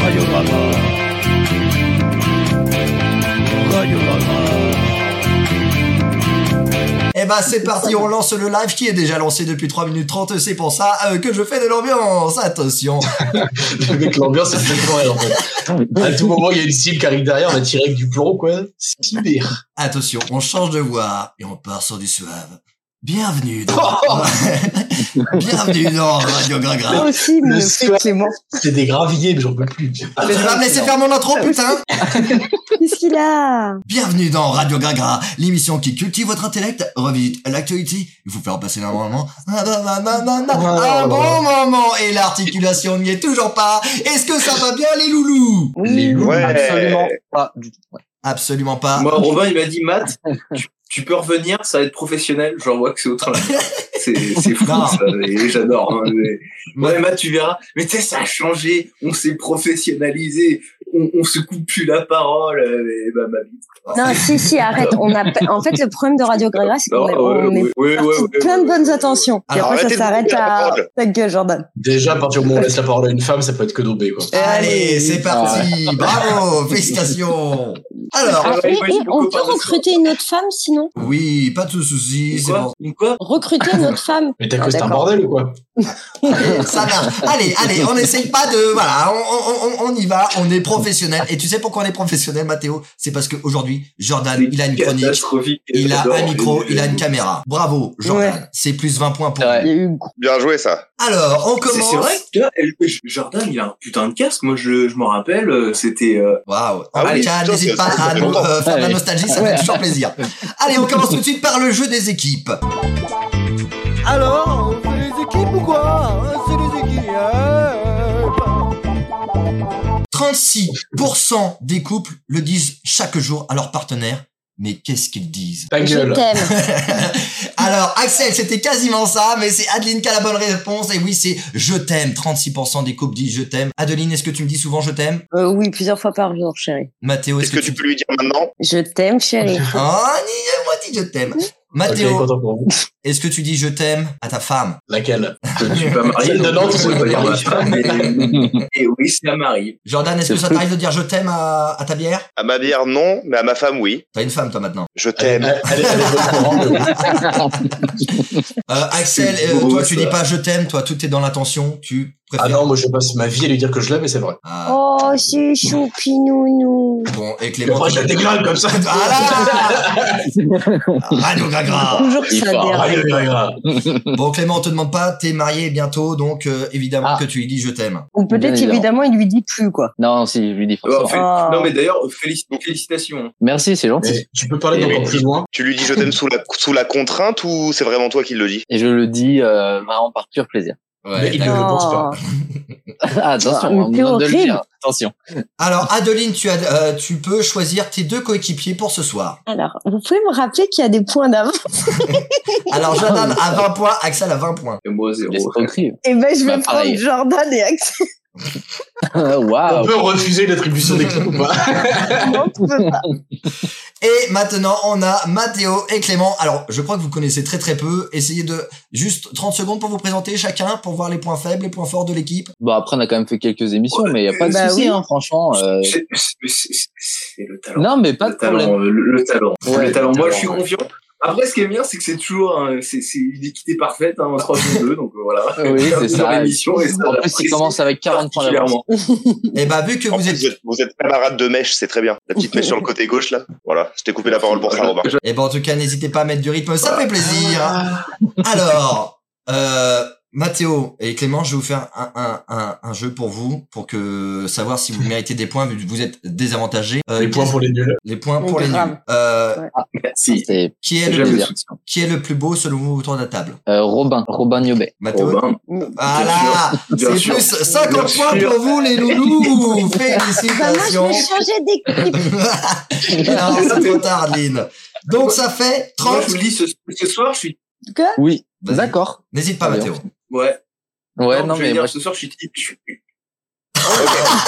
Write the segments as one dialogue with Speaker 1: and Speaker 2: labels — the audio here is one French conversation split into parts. Speaker 1: Radio Rama. Radio Rama.
Speaker 2: Eh ben c'est parti, on lance le live qui est déjà lancé depuis 3 minutes 30, c'est pour ça euh, que je fais de l'ambiance, attention
Speaker 3: Le mec, l'ambiance, c'est fait pleurer, en fait. À tout moment, il y a une cible qui arrive derrière, on a tiré avec du plomb, quoi. Cyber.
Speaker 2: Attention, on change de voix et on part sur du suave. Bienvenue dans, Bienvenue dans Radio Gragra.
Speaker 4: Moi aussi,
Speaker 3: Le
Speaker 4: me
Speaker 3: soir.
Speaker 4: fait Clément.
Speaker 3: C'est des graviers, mais j'en peux plus. Ah,
Speaker 2: Tu vas me laisser faire mon intro, putain
Speaker 4: Qu'est-ce qu'il a
Speaker 2: Bienvenue dans Radio Gragra, l'émission qui cultive votre intellect, revisite l'actualité, et vous faire passer un bon moment, Ah, bah, un bon moment, un bon moment, et l'articulation n'y est toujours pas. Est-ce que ça va bien les loulous
Speaker 3: Les loups.
Speaker 5: Ouais.
Speaker 6: Absolument pas du tout. Ouais.
Speaker 2: Absolument pas.
Speaker 5: Moi, Robin, il m'a dit, Matt, tu, tu peux revenir, ça va être professionnel. Genre, ouais, que c'est autre là. C'est c'est fou,
Speaker 2: Non.
Speaker 5: ça, et j'adore. hein, mais- Ouais, Matt, tu verras. Mais tu sais, ça a changé. On s'est professionnalisé. On, on se coupe plus la parole. euh, Et bah, ma vie.
Speaker 4: Non, si, si, arrête. On a... pas- En fait, le problème de Radio Gragra, c'est qu'on est,
Speaker 5: euh,
Speaker 4: on est
Speaker 5: ouais, ouais,
Speaker 4: parti
Speaker 5: ouais,
Speaker 4: de
Speaker 5: ouais,
Speaker 4: plein de
Speaker 5: ouais.
Speaker 4: bonnes intentions. Et
Speaker 2: Alors,
Speaker 4: après,
Speaker 6: arrêtez
Speaker 4: ça
Speaker 6: de
Speaker 4: s'arrête
Speaker 6: couper la
Speaker 4: à
Speaker 6: parole.
Speaker 4: ta gueule, Jordan.
Speaker 3: Déjà, à partir du moment où on laisse la parole à une femme, ça peut être que daubé, quoi.
Speaker 2: Allez, c'est parti. Bravo, félicitations. Alors,
Speaker 5: Ah, ouais,
Speaker 7: Et-
Speaker 5: moi,
Speaker 7: et
Speaker 5: j'ai beaucoup
Speaker 7: on peut
Speaker 5: parlé de ça.
Speaker 7: recruter une autre femme sinon
Speaker 2: oui, pas de
Speaker 5: Une
Speaker 2: soucis, c'est
Speaker 5: quoi
Speaker 2: bon.
Speaker 5: Une quoi
Speaker 7: Recruter une autre femme.
Speaker 3: Mais t'as cru que
Speaker 4: Ah,
Speaker 3: c'était un
Speaker 4: d'accord.
Speaker 3: bordel ou quoi
Speaker 2: Allez, ça marche. Allez, allez, on n'essaye pas de. Voilà, on, on- on- on y va, on est professionnel. Et tu sais pourquoi on est professionnel, Mathéo C'est parce qu'aujourd'hui, Jordan, il a une chronique,
Speaker 5: Catastrophique.
Speaker 2: il a
Speaker 5: J'adore.
Speaker 2: un micro, il a une caméra. Bravo, Jordan.
Speaker 4: Ouais.
Speaker 2: C'est plus 20 points pour.
Speaker 6: Ouais.
Speaker 4: Il y a eu gros-
Speaker 6: Bien joué ça.
Speaker 2: Alors, on
Speaker 5: C'est
Speaker 2: commence.
Speaker 5: c'est vrai que tu vois, elle- Jordan, il a un putain de casque. Moi, je, je m'en rappelle. euh, C'était. euh,
Speaker 2: Waouh.
Speaker 6: Ah
Speaker 2: En
Speaker 6: oui,
Speaker 2: tout cas,
Speaker 6: ça,
Speaker 2: n'hésite
Speaker 6: ça,
Speaker 2: pas
Speaker 6: ça
Speaker 2: à
Speaker 6: fait
Speaker 2: nous
Speaker 6: longtemps.
Speaker 2: euh, faire de la
Speaker 6: Ouais.
Speaker 2: nostalgie, ça fait toujours plaisir. Allez, on commence tout de suite par le jeu des équipes.
Speaker 8: Alors, on fait les équipes ou quoi Hein, C'est les équipes. hein.
Speaker 2: 36% des couples le disent chaque jour à leur partenaire. Mais qu'est-ce qu'ils disent
Speaker 3: Ta
Speaker 7: Je
Speaker 3: gueule.
Speaker 7: t'aime.
Speaker 2: Alors, Axel, c'était quasiment ça, mais c'est Adeline qui a la bonne réponse. Et oui, c'est je t'aime. 36% des couples disent je t'aime. Adeline, est-ce que tu me dis souvent je t'aime
Speaker 4: euh, oui, plusieurs fois par jour, chérie.
Speaker 2: Mathéo,
Speaker 6: Qu'est-ce que tu peux lui dire maintenant
Speaker 4: Je t'aime, chérie.
Speaker 2: Oh, ni- moi dis je t'aime.
Speaker 3: Ok,
Speaker 2: Mathéo,
Speaker 3: content pour vous.
Speaker 2: est-ce que tu dis je t'aime à ta femme
Speaker 3: Laquelle
Speaker 5: je suis pas marié.
Speaker 3: Celle de
Speaker 5: donc
Speaker 3: Nantes,
Speaker 5: je peux
Speaker 3: c'est
Speaker 5: pas dire
Speaker 3: pas
Speaker 5: ma femme, mais- Et oui, ça m'arrive.
Speaker 2: Jordan, est-ce que ça t'arrive de dire je t'aime à, à ta bière
Speaker 6: À ma bière, non, mais à ma femme, oui.
Speaker 2: T'as une femme toi maintenant.
Speaker 6: Je
Speaker 3: Elle,
Speaker 6: t'aime.
Speaker 3: elle- elle est bonne pour rendre, oui.
Speaker 2: Euh, Axel,
Speaker 5: C'est
Speaker 2: euh,
Speaker 5: beau,
Speaker 2: toi tu
Speaker 5: ça.
Speaker 2: dis pas je t'aime, toi tout est dans l'intention. Tu préfères.
Speaker 3: Ah non, moi je passe ma vie à lui dire que je l'aime, mais c'est vrai.
Speaker 2: Ah,
Speaker 7: Oh, c'est choupinounou.
Speaker 4: Oh.
Speaker 2: bon et
Speaker 3: Et
Speaker 2: Clément.
Speaker 3: après,
Speaker 2: tu-
Speaker 3: je la déglingue comme ça.
Speaker 2: Ah Voilà Radio Gagra
Speaker 4: Toujours que
Speaker 5: il
Speaker 4: ça
Speaker 5: part.
Speaker 4: dérape.
Speaker 3: Aïe, aïe, aïe, aïe.
Speaker 2: Bon Clément, on te demande pas, t'es marié bientôt, donc euh, évidemment
Speaker 6: Ah.
Speaker 2: que tu lui dis je t'aime.
Speaker 4: Ou peut-être,
Speaker 6: Bien
Speaker 4: évidemment, il lui dit plus, quoi.
Speaker 6: Non, si, je lui dis
Speaker 5: Ouais, en fait,
Speaker 4: Ah.
Speaker 5: Non, mais d'ailleurs, félici- félicitations.
Speaker 6: Merci, c'est gentil.
Speaker 3: Mais tu peux parler
Speaker 6: Et
Speaker 3: d'encore
Speaker 6: oui.
Speaker 3: plus loin
Speaker 9: Tu lui dis je t'aime sous la, sous la contrainte ou c'est vraiment toi qui le dis
Speaker 6: Et je le dis euh, vraiment par pur plaisir.
Speaker 3: Mais
Speaker 2: Ouais,
Speaker 3: il ne
Speaker 2: d'accord.
Speaker 3: le pense pas.
Speaker 6: Ah, attention,
Speaker 4: Ah,
Speaker 6: on me
Speaker 4: mais
Speaker 6: demande de le
Speaker 4: horrible.
Speaker 6: dire. Attention.
Speaker 2: Alors Adeline, tu, as, euh, tu peux choisir tes deux coéquipiers pour ce soir.
Speaker 4: Alors, vous pouvez me rappeler qu'il y a des points d'avance
Speaker 2: Alors Jordan à 20 points, Axel à 20 points.
Speaker 5: Et moi, zéro.
Speaker 6: L'escroquerie.
Speaker 4: Eh ben, je vais
Speaker 6: Bah,
Speaker 4: prendre
Speaker 6: pareil.
Speaker 4: Jordan et Axel.
Speaker 3: On
Speaker 6: Waouh.
Speaker 3: peut refuser l'attribution des clips ou pas
Speaker 4: Non, on peut pas.
Speaker 2: Et maintenant on a Mathéo et Clément. Alors je crois que vous connaissez très très peu. Essayez de juste 30 secondes pour vous présenter chacun, pour voir les points faibles, les points forts de l'équipe.
Speaker 6: Bon, après, on a quand même fait quelques émissions,
Speaker 5: Ouais.
Speaker 6: mais il a pas de
Speaker 4: Bah
Speaker 6: souci,
Speaker 4: oui.
Speaker 6: hein, franchement. euh,
Speaker 5: C'est c'est- c'est- c'est le talent.
Speaker 6: Non, mais pas
Speaker 5: le,
Speaker 6: de problème.
Speaker 5: talent euh, le, le talent.
Speaker 6: Ouais,
Speaker 5: le talent.
Speaker 6: le
Speaker 5: Moi,
Speaker 6: talent,
Speaker 5: je suis
Speaker 6: ouais.
Speaker 5: confiant. Après, ce qui est bien, c'est que c'est toujours hein, c'est c'est une équité parfaite hein, en 3 sur 2. Donc euh, voilà.
Speaker 6: Oui, c'est
Speaker 5: Dans
Speaker 6: ça.
Speaker 5: l'émission, et ça,
Speaker 6: En plus, il
Speaker 5: j'apprécie
Speaker 6: commence avec 40 points d'avance.
Speaker 5: particulièrement.
Speaker 2: Et bah vu que
Speaker 9: En
Speaker 2: vous
Speaker 9: plus,
Speaker 2: êtes
Speaker 9: vous êtes, vous êtes camarades de mèche, c'est très bien. La petite mèche sur le côté gauche, là. Voilà, je t'ai coupé la parole pour ça, Robin.
Speaker 2: Eh ben en tout cas, n'hésitez pas à mettre du rythme, ça fait plaisir. Alors, euh, Mathéo et Clément, je vais vous faire un, un, un, un jeu pour vous, pour que savoir si vous méritez des points vu que vous êtes désavantagés. Euh,
Speaker 3: Les points pour les nuls.
Speaker 2: les points pour les
Speaker 4: Grave.
Speaker 2: nuls. Euh,
Speaker 5: Merci.
Speaker 6: C'est
Speaker 2: qui est
Speaker 5: J'aime
Speaker 2: le
Speaker 5: le
Speaker 6: plaisir.
Speaker 5: soutien.
Speaker 2: qui est le plus beau selon vous autour de la table
Speaker 6: euh, Robin, Robin Niobet.
Speaker 2: Mathéo.
Speaker 5: Robin,
Speaker 4: Bah,
Speaker 2: Voilà, c'est
Speaker 5: Bien
Speaker 2: plus
Speaker 5: sûr.
Speaker 2: 50
Speaker 5: Bien sûr.
Speaker 2: points pour vous les loulous.
Speaker 7: Bah, moi, je
Speaker 2: Félicitations.
Speaker 7: vais changer
Speaker 4: Bah,
Speaker 7: d'équipe.
Speaker 2: non, c'est trop tard, Lynn. Donc ça fait
Speaker 5: Moi,
Speaker 2: 30.
Speaker 5: je vous le dis, ce, ce soir, je suis.
Speaker 6: Oui,
Speaker 2: Vas-y.
Speaker 6: d'accord.
Speaker 2: N'hésite pas, Mathéo.
Speaker 5: Ouais.
Speaker 6: Ouais,
Speaker 5: Non,
Speaker 6: non,
Speaker 5: je vais
Speaker 6: mais
Speaker 5: dire,
Speaker 6: moi,
Speaker 5: ce soir, je suis. je suis-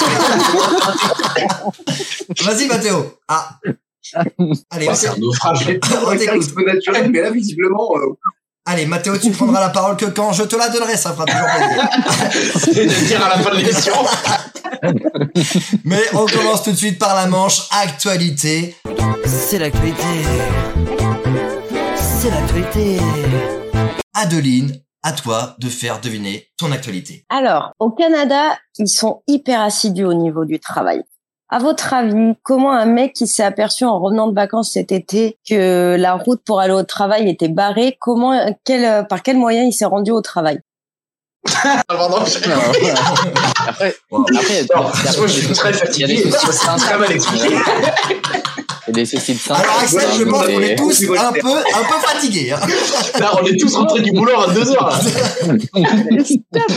Speaker 2: Vas-y, Mathéo. Ah. Allez,
Speaker 3: Bah, C'est un naufrage.
Speaker 2: on
Speaker 5: C'est un
Speaker 2: t'écoute.
Speaker 5: peu naturel, mais là, visiblement, euh,
Speaker 2: Allez, Mathéo, tu prendras la parole que quand je te la donnerai, ça fera toujours plaisir.
Speaker 3: C'est de dire à la fin de l'émission.
Speaker 2: Mais on commence tout de suite par la manche actualité.
Speaker 10: C'est l'actualité. C'est l'actualité.
Speaker 2: Adeline, à toi de faire deviner ton actualité.
Speaker 4: Alors, au Canada, ils sont hyper assidus au niveau du travail. À votre avis, comment un mec qui s'est aperçu en revenant de vacances cet été que la route pour aller au travail était barrée, comment, quel, euh, par quel moyen il s'est rendu au travail
Speaker 3: Pardon, je-
Speaker 6: Après,
Speaker 2: Wow.
Speaker 6: après, il y a-
Speaker 3: Non,
Speaker 6: il y a-
Speaker 3: moi, je suis très
Speaker 6: il y a des
Speaker 3: fatigué.
Speaker 6: soucis
Speaker 3: Ça, c'est très mal expliqué.
Speaker 6: simples. Il y a des soucis simples.
Speaker 2: Alors Axel, je
Speaker 6: Mais-
Speaker 2: pense qu'on est tous
Speaker 5: mais-
Speaker 2: un peu, un peu fatigués. hein.
Speaker 3: Là, on est tous rentrés du boulot à 22 heures. là.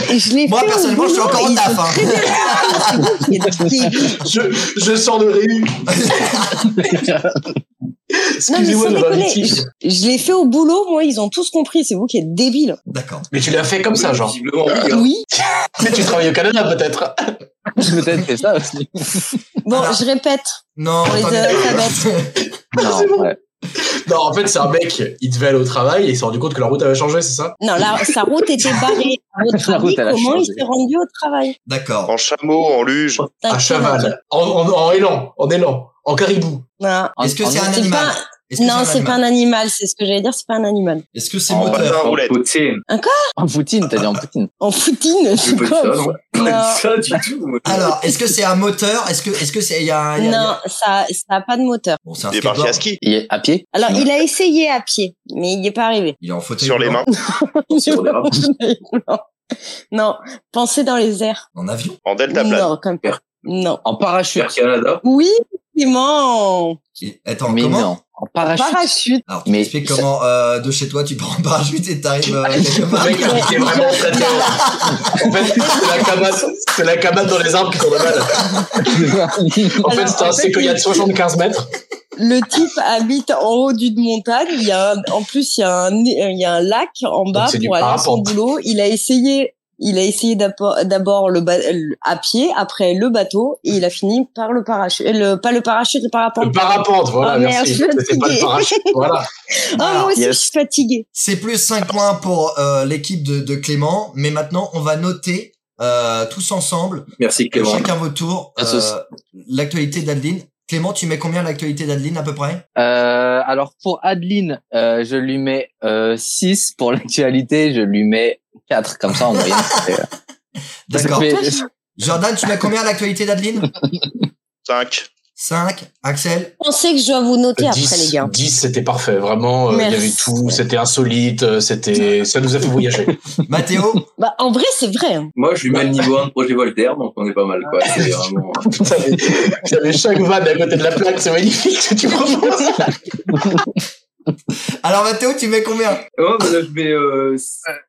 Speaker 4: Et je l'ai
Speaker 2: Moi,
Speaker 4: fait au
Speaker 2: personnellement, je suis
Speaker 4: boulot,
Speaker 2: encore en
Speaker 4: il
Speaker 2: taf.
Speaker 4: faut
Speaker 2: hein.
Speaker 3: Je, je sors de réu.
Speaker 4: Non, mais
Speaker 3: Excusez-moi
Speaker 4: sans
Speaker 3: de
Speaker 4: déconner,
Speaker 3: l'habitude.
Speaker 4: je, je l'ai fait au boulot, moi, ils ont tous compris, c'est vous qui êtes débiles.
Speaker 2: D'accord.
Speaker 3: Mais tu l'as fait comme ça, genre.
Speaker 5: Visiblement, oui, hein.
Speaker 4: Oui.
Speaker 3: Mais tu travailles au Canada, peut-être.
Speaker 6: Peut-être c'est ça aussi.
Speaker 4: Bon,
Speaker 2: Alors.
Speaker 4: je répète.
Speaker 2: Non,
Speaker 4: Pour les
Speaker 2: attendez.
Speaker 4: analphabètes.
Speaker 6: Non, ouais.
Speaker 3: Non, en fait, c'est un mec, il devait aller au travail et il s'est rendu compte que la route avait changé, c'est ça
Speaker 4: Non, la, sa route était barrée. À votre
Speaker 6: La
Speaker 4: avis,
Speaker 6: route, elle a
Speaker 4: comment
Speaker 6: changé.
Speaker 4: il s'est rendu au travail
Speaker 2: D'accord.
Speaker 9: En chameau, en luge.
Speaker 3: À
Speaker 4: T'inquiète, hein.
Speaker 3: cheval, en, en- en élan, en élan, en caribou.
Speaker 4: Non,
Speaker 6: En-
Speaker 2: Est-ce que
Speaker 6: en-
Speaker 2: c'est un
Speaker 4: c'est
Speaker 2: animal
Speaker 4: pas.
Speaker 2: Est-ce que
Speaker 4: Non,
Speaker 2: c'est un
Speaker 4: c'est pas
Speaker 2: animal
Speaker 4: un animal, c'est ce que j'allais dire, c'est pas un animal.
Speaker 2: Est-ce que c'est
Speaker 9: En
Speaker 2: moteur
Speaker 9: patin, en roulette.
Speaker 5: Poté,
Speaker 6: En poutine, t'as dit en poutine.
Speaker 4: En footine,
Speaker 5: je
Speaker 4: c'est
Speaker 5: veux pas de ça,
Speaker 4: comme.
Speaker 5: non.
Speaker 4: Non.
Speaker 5: Ça, du tout. moi.
Speaker 2: Alors, est-ce que c'est un moteur Est-ce que, est-ce que c'est il y a un il y a- il y a-
Speaker 4: Non, ça, ça a pas de moteur.
Speaker 2: Bon, c'est un
Speaker 9: Il est parti à
Speaker 2: skateboard.
Speaker 9: ski.
Speaker 6: Il est à pied
Speaker 4: Alors,
Speaker 6: Non.
Speaker 4: il a essayé à pied, mais il n'y est pas arrivé.
Speaker 2: Il est en fauteuil.
Speaker 9: Sur les
Speaker 2: roulant.
Speaker 9: mains.
Speaker 5: Sur les rames.
Speaker 4: Non. non, pensez dans les airs.
Speaker 2: En avion.
Speaker 9: En delta plane.
Speaker 4: Non, comme Non.
Speaker 6: En parachute.
Speaker 5: Air Canada.
Speaker 4: Oui, effectivement.
Speaker 2: Et- Attends,
Speaker 6: Mais
Speaker 2: comment
Speaker 6: non, en parachute.
Speaker 4: Parachute.
Speaker 2: Alors, tu
Speaker 6: Mais
Speaker 2: m'expliques
Speaker 6: ça-
Speaker 2: comment euh, de chez toi tu prends un parachute et t'arrives euh, quelque
Speaker 3: Le
Speaker 2: part.
Speaker 3: mec, il était vraiment très bien. En fait, c'est la camasse, c'est la cabane dans les arbres qui tourne mal. En fait,
Speaker 4: Alors,
Speaker 3: c'est
Speaker 4: en
Speaker 3: un
Speaker 4: fait,
Speaker 3: séquoia de
Speaker 4: il-
Speaker 3: 75 mètres.
Speaker 4: Le type habite en haut d'une montagne. Il y a un- en plus, il y a un, il y a un lac en bas
Speaker 3: c'est du
Speaker 4: pour aller à son
Speaker 3: parapente.
Speaker 4: boulot. Il a essayé, il a essayé d'abord d'abord le ba- le- à pied, après le bateau, et il a fini par le parachute, le, pas le parachute, le
Speaker 3: Le
Speaker 4: parapente.
Speaker 3: parapente, voilà,
Speaker 4: Ah, merde,
Speaker 3: merci.
Speaker 4: je suis
Speaker 3: C'était pas le
Speaker 4: fatiguée.
Speaker 3: parachute, voilà.
Speaker 4: Ah, moi aussi,
Speaker 6: yes.
Speaker 4: je suis fatiguée.
Speaker 2: C'est plus 5 points pour euh, l'équipe de, de Clément, mais maintenant on va noter euh, tous ensemble,
Speaker 5: Merci Clément.
Speaker 2: chacun votre tour,
Speaker 6: À tous.
Speaker 2: euh, l'actualité d'Adeline. Clément, tu mets combien l'actualité d'Adeline à peu près
Speaker 6: Euh, alors pour Adeline, euh, je lui mets euh, 6. Pour l'actualité, je lui mets 4. Comme ça, en moyenne. c'est, euh, ça
Speaker 2: D'accord.
Speaker 6: fait-
Speaker 2: Jordan, tu mets combien l'actualité d'Adeline
Speaker 9: 5.
Speaker 2: 5. Axel
Speaker 4: Pensez que je dois vous noter après, les
Speaker 3: 10,
Speaker 4: gars.
Speaker 3: 10, c'était parfait, vraiment, euh, il y avait
Speaker 4: Merci.
Speaker 3: tout, c'était insolite, euh, c'était, ça nous a fait voyager.
Speaker 2: Mathéo
Speaker 4: Bah, en vrai, c'est vrai. hein.
Speaker 5: Moi, je lui mets le niveau 1 de projet Voltaire, donc on est pas mal, quoi. C'est vraiment.
Speaker 3: J'avais chaque vanne à côté de la plaque, c'est magnifique ce que tu proposes.
Speaker 2: Alors Mathéo, tu mets combien
Speaker 5: Oh, bah, là, je mets. euh,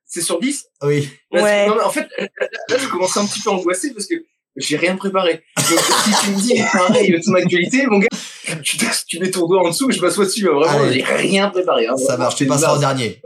Speaker 5: c'est sur 10
Speaker 2: Oui.
Speaker 5: Là,
Speaker 4: Ouais.
Speaker 5: c'est- non, mais en fait, là, là, je commence un petit peu angoissé parce que j'ai rien préparé. Donc, si tu me dis pareil, ton actualité, mon gars, tu, tu mets ton doigt en dessous et je m'assois dessus. hein, Vraiment,
Speaker 2: Allez.
Speaker 5: j'ai rien préparé.
Speaker 6: Ah
Speaker 5: hein.
Speaker 2: Ça marche, tu passeras au dernier.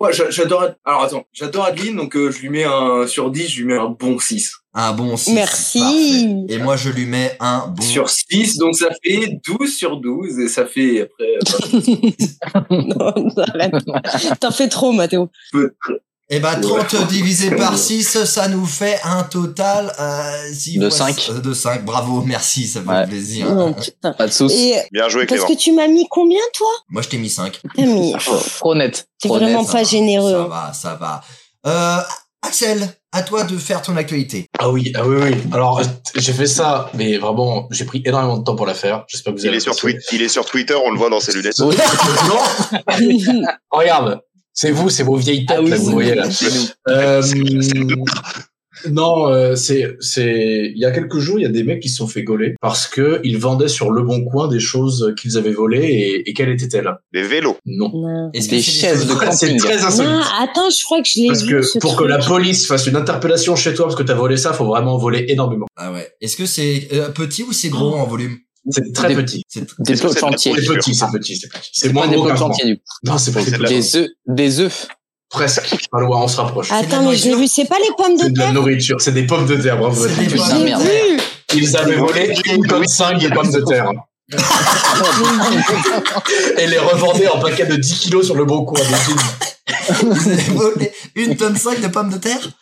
Speaker 5: Moi, j'a- j'adore. Ad- Alors, attends, j'adore Adeline, donc euh, je lui mets un sur 10, je lui mets un bon 6.
Speaker 2: Un bon 6.
Speaker 4: Merci.
Speaker 2: Et moi je lui mets un bon
Speaker 5: Sur 6, donc ça fait 12 sur 12 et ça fait après. euh,
Speaker 4: Non, arrête. T'en fais trop, Mathéo.
Speaker 5: peu de-
Speaker 2: Eh ben,
Speaker 5: Ouais.
Speaker 2: 30 divisé par 6, ça nous fait un total euh, six
Speaker 6: De
Speaker 2: fois-
Speaker 6: cinq.
Speaker 2: euh, de 5. Bravo, merci, ça fait
Speaker 6: Ouais.
Speaker 2: plaisir.
Speaker 4: Non, putain.
Speaker 6: Pas de soucis.
Speaker 4: Et
Speaker 9: Bien joué,
Speaker 4: parce
Speaker 9: Clément.
Speaker 4: que tu m'as mis combien, toi
Speaker 2: Moi, je t'ai mis 5.
Speaker 4: T'as
Speaker 2: Oh,
Speaker 4: mis-
Speaker 6: Trop net.
Speaker 4: T'es
Speaker 6: Trop
Speaker 4: vraiment
Speaker 6: net.
Speaker 2: ça
Speaker 4: pas
Speaker 2: va,
Speaker 4: généreux,
Speaker 2: Ça
Speaker 4: hein.
Speaker 2: va, ça va. Euh, Axel, à toi de faire ton actualité.
Speaker 3: Ah oui, ah oui, oui. Alors, euh, j'ai fait ça, mais vraiment, j'ai pris énormément de temps pour la faire. J'espère que vous
Speaker 9: Il
Speaker 3: allez
Speaker 9: est, sur Twitter, il est sur Twitter, on le voit dans ses lunettes.
Speaker 6: Oui.
Speaker 3: Non, regarde, c'est vous, c'est vos vieilles têtes,
Speaker 6: Ah oui,
Speaker 3: là, vous
Speaker 6: c'est
Speaker 3: voyez, là.
Speaker 6: nous, c'est nous.
Speaker 3: Euh,
Speaker 9: c'est nous.
Speaker 3: non, euh, c'est, c'est, il y a quelques jours, il y a des mecs qui se sont fait gauler parce que ils vendaient sur Le Bon Coin des choses qu'ils avaient volées et, et quelles étaient-elles?
Speaker 9: Des vélos.
Speaker 3: Non.
Speaker 4: Non.
Speaker 2: Est-ce
Speaker 6: Des
Speaker 2: c'est
Speaker 6: chaises
Speaker 2: choses-
Speaker 6: de
Speaker 3: Ah, C'est
Speaker 6: camping.
Speaker 3: très
Speaker 4: Non,
Speaker 3: insolite.
Speaker 4: attends, je crois que je l'ai
Speaker 3: Parce
Speaker 4: vu, ce
Speaker 3: que pour que
Speaker 4: truc.
Speaker 3: la police fasse une interpellation chez toi parce que t'as volé ça, faut vraiment voler énormément.
Speaker 2: Ah ouais. Est-ce que c'est euh, petit ou c'est gros en volume
Speaker 3: C'est très
Speaker 6: Des-
Speaker 3: petit.
Speaker 2: C'est
Speaker 6: Des
Speaker 9: Est-ce
Speaker 6: pots
Speaker 9: que
Speaker 6: de
Speaker 9: c'est
Speaker 6: chantier.
Speaker 9: de
Speaker 3: C'est
Speaker 9: la
Speaker 3: petit, c'est petit, c'est petit. C'est
Speaker 6: C'est pas
Speaker 3: moins
Speaker 6: des
Speaker 3: gros
Speaker 6: pots de
Speaker 3: qu'un franc.
Speaker 6: chantier, du coup.
Speaker 3: Non, c'est pas
Speaker 9: C'est de la-
Speaker 6: Des œufs. Des œufs.
Speaker 3: presque. Pas loin, on se rapproche.
Speaker 2: de la
Speaker 4: Attends, mais je l'ai
Speaker 2: nourriture
Speaker 4: vu. C'est pas les pommes
Speaker 3: C'est
Speaker 4: de
Speaker 3: de la
Speaker 4: terre
Speaker 3: nourriture, c'est des pommes de terre, bravo.
Speaker 5: Ah,
Speaker 2: C'est des
Speaker 4: Je
Speaker 6: Putain,
Speaker 4: l'ai
Speaker 6: merde.
Speaker 4: vu.
Speaker 3: Ils avaient volé une tonne cinq de pommes de terre. Elle les revendait en paquet de 10 kilos sur le bon coin. des
Speaker 2: Voler une tonne 5 de pommes de terre
Speaker 3: jeans.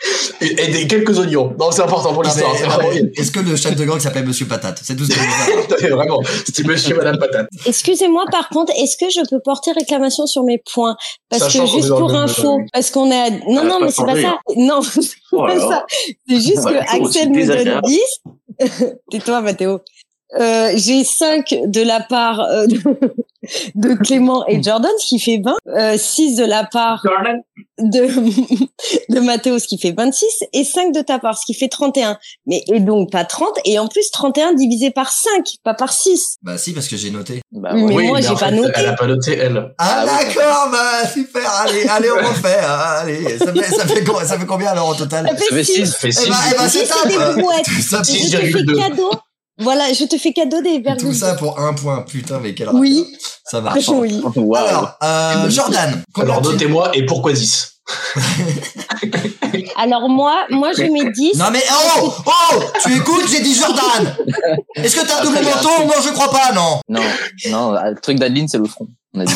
Speaker 3: Et, et des, quelques oignons. Non, c'est important pour
Speaker 2: Non, mais- euh,
Speaker 3: l'histoire. c'est
Speaker 2: non,
Speaker 3: vraiment-
Speaker 2: mais Est-ce que le chef de gang s'appelle Monsieur Patate C'est tout ce que je veux savoir.
Speaker 3: C'était vraiment, c'était monsieur et madame patate.
Speaker 4: Excusez-moi, par contre, est-ce que je peux porter réclamation sur mes points Parce
Speaker 3: Sachant qu'on
Speaker 4: que
Speaker 3: est
Speaker 4: juste
Speaker 3: dans le
Speaker 4: pour
Speaker 3: même-
Speaker 4: info, parce qu'on est à... non
Speaker 5: Ah,
Speaker 4: non
Speaker 5: pas
Speaker 4: mais c'est pas
Speaker 5: changé,
Speaker 4: ça. Non, c'est
Speaker 5: Oh là
Speaker 4: pas
Speaker 5: là.
Speaker 4: ça. C'est juste
Speaker 5: Ah,
Speaker 4: que
Speaker 5: toujours aussi
Speaker 4: Axel me donne
Speaker 5: désagréable.
Speaker 4: 10. Tais-toi, Mathéo. Euh, j'ai 5 de la part euh, de Clément
Speaker 5: Hmm.
Speaker 4: et Jordan, ce qui fait 20. Euh, 6 de la part
Speaker 5: Jordan,
Speaker 4: de, de Mathéo, ce qui fait 26. Et 5 de ta part, ce qui fait 31. Mais et donc pas 30. Et en plus, 31 divisé par 5, pas par 6.
Speaker 2: Bah si, parce que j'ai noté.
Speaker 6: Bah,
Speaker 4: Mais
Speaker 6: ouais.
Speaker 4: moi,
Speaker 3: mais
Speaker 4: j'ai
Speaker 3: en
Speaker 4: pas
Speaker 3: fait,
Speaker 4: noté.
Speaker 3: Elle a pas noté, elle.
Speaker 2: Ah,
Speaker 6: Ah oui.
Speaker 2: d'accord, bah super, allez, allez, on refait. hein, allez, ça fait, ça, fait, com- ça fait combien alors au total
Speaker 4: Ça fait
Speaker 6: Ça fait six.
Speaker 4: six.
Speaker 3: Ça fait
Speaker 2: Eh
Speaker 3: six.
Speaker 2: bah, eh bah
Speaker 4: Si,
Speaker 2: c'est
Speaker 4: c'est
Speaker 2: top
Speaker 4: des brouettes.
Speaker 2: Tout ça
Speaker 4: Et
Speaker 2: pour-
Speaker 4: je te fais
Speaker 3: 6,2.
Speaker 4: cadeau. Voilà, je te fais cadeau des
Speaker 2: Tout
Speaker 4: virgules.
Speaker 2: ça pour un point, putain, mais quel
Speaker 4: Oui.
Speaker 2: rappel. Ça
Speaker 6: Ah,
Speaker 2: marche.
Speaker 4: Franchement, oui.
Speaker 6: Waouh.
Speaker 2: Alors, euh, Jordan, combien
Speaker 3: Alors
Speaker 2: tu-
Speaker 3: notez-moi et pourquoi 10
Speaker 4: Alors moi, moi je mets 10.
Speaker 2: Non mais oh oh tu écoutes j'ai dit Jordan est-ce que t'as un double
Speaker 6: Après, il y a un
Speaker 2: menton non je crois pas non
Speaker 6: Non, non, le truc d'Adeline, c'est le front. On a dit.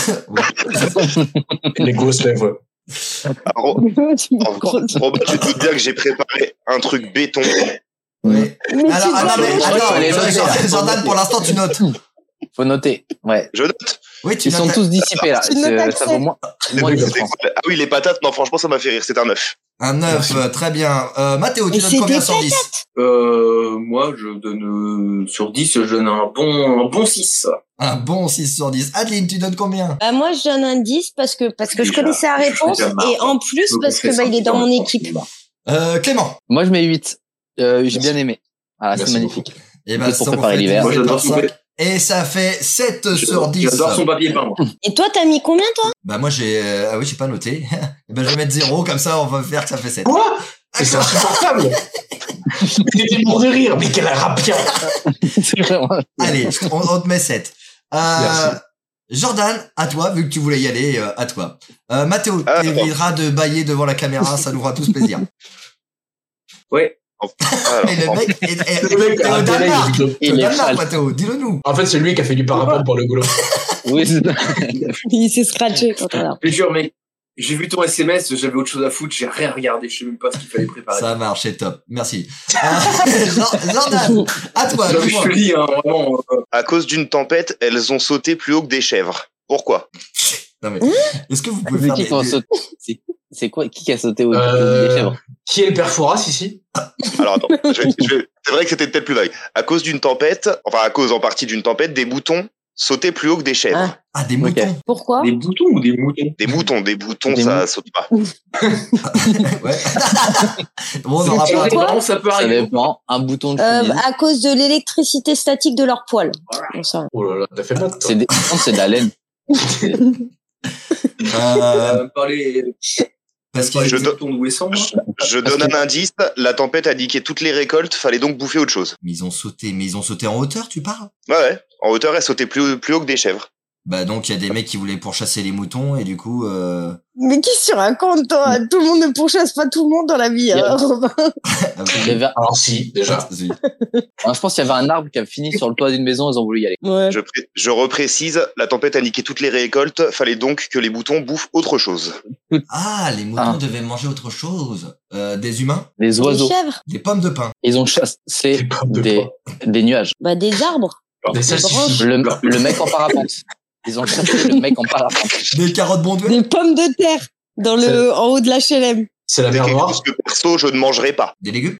Speaker 3: Les grosses lèvres.
Speaker 9: Ah, Ro-
Speaker 4: Tu me crois-
Speaker 9: Robin, tu te doutes bien que j'ai préparé un truc béton.
Speaker 2: Oui.
Speaker 4: Mais
Speaker 2: alors
Speaker 4: tu
Speaker 2: ah, non,
Speaker 4: dois
Speaker 2: mais
Speaker 4: le-
Speaker 6: Faut les
Speaker 2: attends
Speaker 6: noter,
Speaker 2: Jordan,
Speaker 6: là.
Speaker 2: Jordan pour l'instant tu notes
Speaker 6: Faut noter. Ouais.
Speaker 9: Je note.
Speaker 2: oui tu
Speaker 6: Ils sont
Speaker 2: notes
Speaker 6: tous dissipés là.
Speaker 4: Tu notes
Speaker 6: C'est-
Speaker 4: Axel.
Speaker 6: Ça vaut moins. moins dix, je
Speaker 9: C'était
Speaker 6: pense.
Speaker 9: quoi Ah oui, les patates, non, franchement, ça m'a fait rire. C'est un œuf.
Speaker 2: un 9 très bien euh, Mathéo tu
Speaker 4: Mais
Speaker 2: notes
Speaker 4: c'est
Speaker 2: combien
Speaker 4: des
Speaker 2: sur 10
Speaker 5: Euh, moi, je donne euh, sur 10, je donne un bon, un bon 6.
Speaker 2: un bon 6 sur 10 Adeline tu donnes combien
Speaker 4: Bah, moi je donne un 10 parce que parce que je
Speaker 5: Déjà,
Speaker 4: connaissais la
Speaker 5: je
Speaker 4: réponse
Speaker 5: suis déjà
Speaker 4: et en plus
Speaker 5: Donc,
Speaker 4: parce
Speaker 5: on fait
Speaker 4: que bah, il est dans mon
Speaker 5: 100,
Speaker 4: équipe.
Speaker 2: euh, Clément
Speaker 6: Moi, je mets 8. Euh, j'ai bien aimé. Ah, c'est
Speaker 3: Merci
Speaker 6: magnifique.
Speaker 2: et ben
Speaker 6: Pour
Speaker 2: ça, on
Speaker 6: préparer
Speaker 2: fait
Speaker 6: l'hiver.
Speaker 5: Moi, j'adore
Speaker 2: 17 par
Speaker 5: son-
Speaker 2: cinq. et ça fait 7 sur
Speaker 5: J'adore
Speaker 2: 10
Speaker 5: j'adore son papier peint, moi.
Speaker 4: Et toi t'as mis combien toi
Speaker 2: bah moi j'ai euh, ah oui j'ai pas noté et ben je vais mettre 0 comme ça on va faire que ça fait 7
Speaker 3: Quoi Mais c'est insupportable T'étais mort de rire, mais quelle rapia
Speaker 6: C'est vraiment.
Speaker 2: Allez, je- on, on te met 7. Euh,
Speaker 3: Merci.
Speaker 2: Jordan, à toi, vu que tu voulais y aller, euh, à toi. Euh, Mathéo,
Speaker 9: Ah,
Speaker 2: t'éviteras de bailler devant la caméra, ça nous fera tous plaisir.
Speaker 9: Alors,
Speaker 2: Mais le
Speaker 9: en-
Speaker 2: mec est, est-
Speaker 3: Le mec
Speaker 2: est
Speaker 3: a
Speaker 2: au
Speaker 3: un délai,
Speaker 2: Danemark.
Speaker 3: il est-
Speaker 2: T'es au
Speaker 6: Il est
Speaker 2: Danemark,
Speaker 6: sale.
Speaker 2: Mathéo, dis-le-nous.
Speaker 3: En fait, c'est lui qui a fait du parapente pour le boulot.
Speaker 6: Oui, c'est ça.
Speaker 4: Il s'est scratché quand on a.
Speaker 5: Je te jure, mec, j'ai vu ton SMS, j'avais autre chose à foutre, j'ai rien regardé, je sais même pas ce qu'il fallait préparer.
Speaker 2: Ça marche, c'est top, merci. Euh, Jor- Jordan, à toi,
Speaker 5: Non, mais
Speaker 2: dis-moi.
Speaker 5: je te dis, hein, vraiment, euh,
Speaker 9: à cause d'une tempête, elles ont sauté plus haut que des chèvres. Pourquoi
Speaker 2: Non, mais, Est-ce que vous pouvez
Speaker 6: C'est
Speaker 2: faire
Speaker 6: qui
Speaker 2: des...
Speaker 6: qui a
Speaker 2: des-
Speaker 6: sauté C'est- C'est quoi Qui qui a sauté au
Speaker 3: Euh,
Speaker 6: des chèvres
Speaker 3: Qui est le père Fouras ici
Speaker 9: Alors attends, je vais- je vais- c'est vrai que c'était peut-être plus vague. À cause d'une tempête, enfin à cause en partie d'une tempête, des moutons sautaient plus haut que des chèvres.
Speaker 6: Ah.
Speaker 2: Ah, des moutons.
Speaker 4: Pourquoi
Speaker 5: des boutons ou des moutons
Speaker 9: Des moutons, des boutons,
Speaker 6: Des
Speaker 9: ça
Speaker 6: mou-
Speaker 9: saute pas.
Speaker 2: Ouais. bon, on en
Speaker 5: Sur
Speaker 2: rappelle.
Speaker 5: les parents, Ah, bah, ça peut
Speaker 6: Ça
Speaker 5: arriver.
Speaker 6: dépend. Un bouton de
Speaker 4: Euh,
Speaker 6: chemise.
Speaker 4: à cause de l'électricité statique de leur poil. On sait rien.
Speaker 3: Oh là là, t'as fait mal. toi.
Speaker 6: C'est des- non, c'est de la laine.
Speaker 2: Euh,
Speaker 5: Euh, parler
Speaker 2: parce qu'il
Speaker 9: Je
Speaker 5: je
Speaker 9: te-
Speaker 5: ton doué sans moi.
Speaker 9: Je donne un indice, la tempête a niqué toutes les récoltes, fallait donc bouffer autre chose.
Speaker 2: Mais ils ont sauté, mais ils ont sauté en hauteur, tu parles
Speaker 9: Ouais, ouais. En hauteur, elles sautaient plus, plus haut que des chèvres.
Speaker 2: Bah donc il y a des mecs qui voulaient pourchasser les moutons et du coup euh...
Speaker 4: Mais qui se raconte toi Tout le monde ne pourchasse pas tout le monde dans la vie. hein,
Speaker 6: Yeah.
Speaker 4: Robin.
Speaker 2: ah,
Speaker 6: Il y avait un-
Speaker 3: Alors si, déjà.
Speaker 2: zut.
Speaker 6: Ah, Je pense qu'il y avait un arbre qui a fini sur le toit d'une maison. Ils ont voulu y aller.
Speaker 4: Ouais.
Speaker 9: Je, pré- je reprécise, la tempête a niqué toutes les récoltes, fallait donc que les moutons bouffent autre chose.
Speaker 2: Ah, les moutons
Speaker 6: Ah.
Speaker 2: devaient manger autre chose. Euh, des humains,
Speaker 6: Les
Speaker 4: Des
Speaker 6: oiseaux.
Speaker 4: chèvres
Speaker 2: des pommes de pain.
Speaker 6: Ils ont chassé
Speaker 3: Des pommes de
Speaker 6: des, des nuages.
Speaker 4: Bah des arbres.
Speaker 3: Des salsifis.
Speaker 6: Le, le mec en parapente. Ils ont chassé le mec en parapente.
Speaker 2: Des carottes bondouées.
Speaker 4: Des pommes de terre dans le
Speaker 3: C'est-
Speaker 4: en haut de la HLM.
Speaker 3: C'est la
Speaker 9: C'est
Speaker 3: mer
Speaker 9: quelque
Speaker 3: noire.
Speaker 9: chose que perso, je ne mangerai pas.
Speaker 2: Des légumes.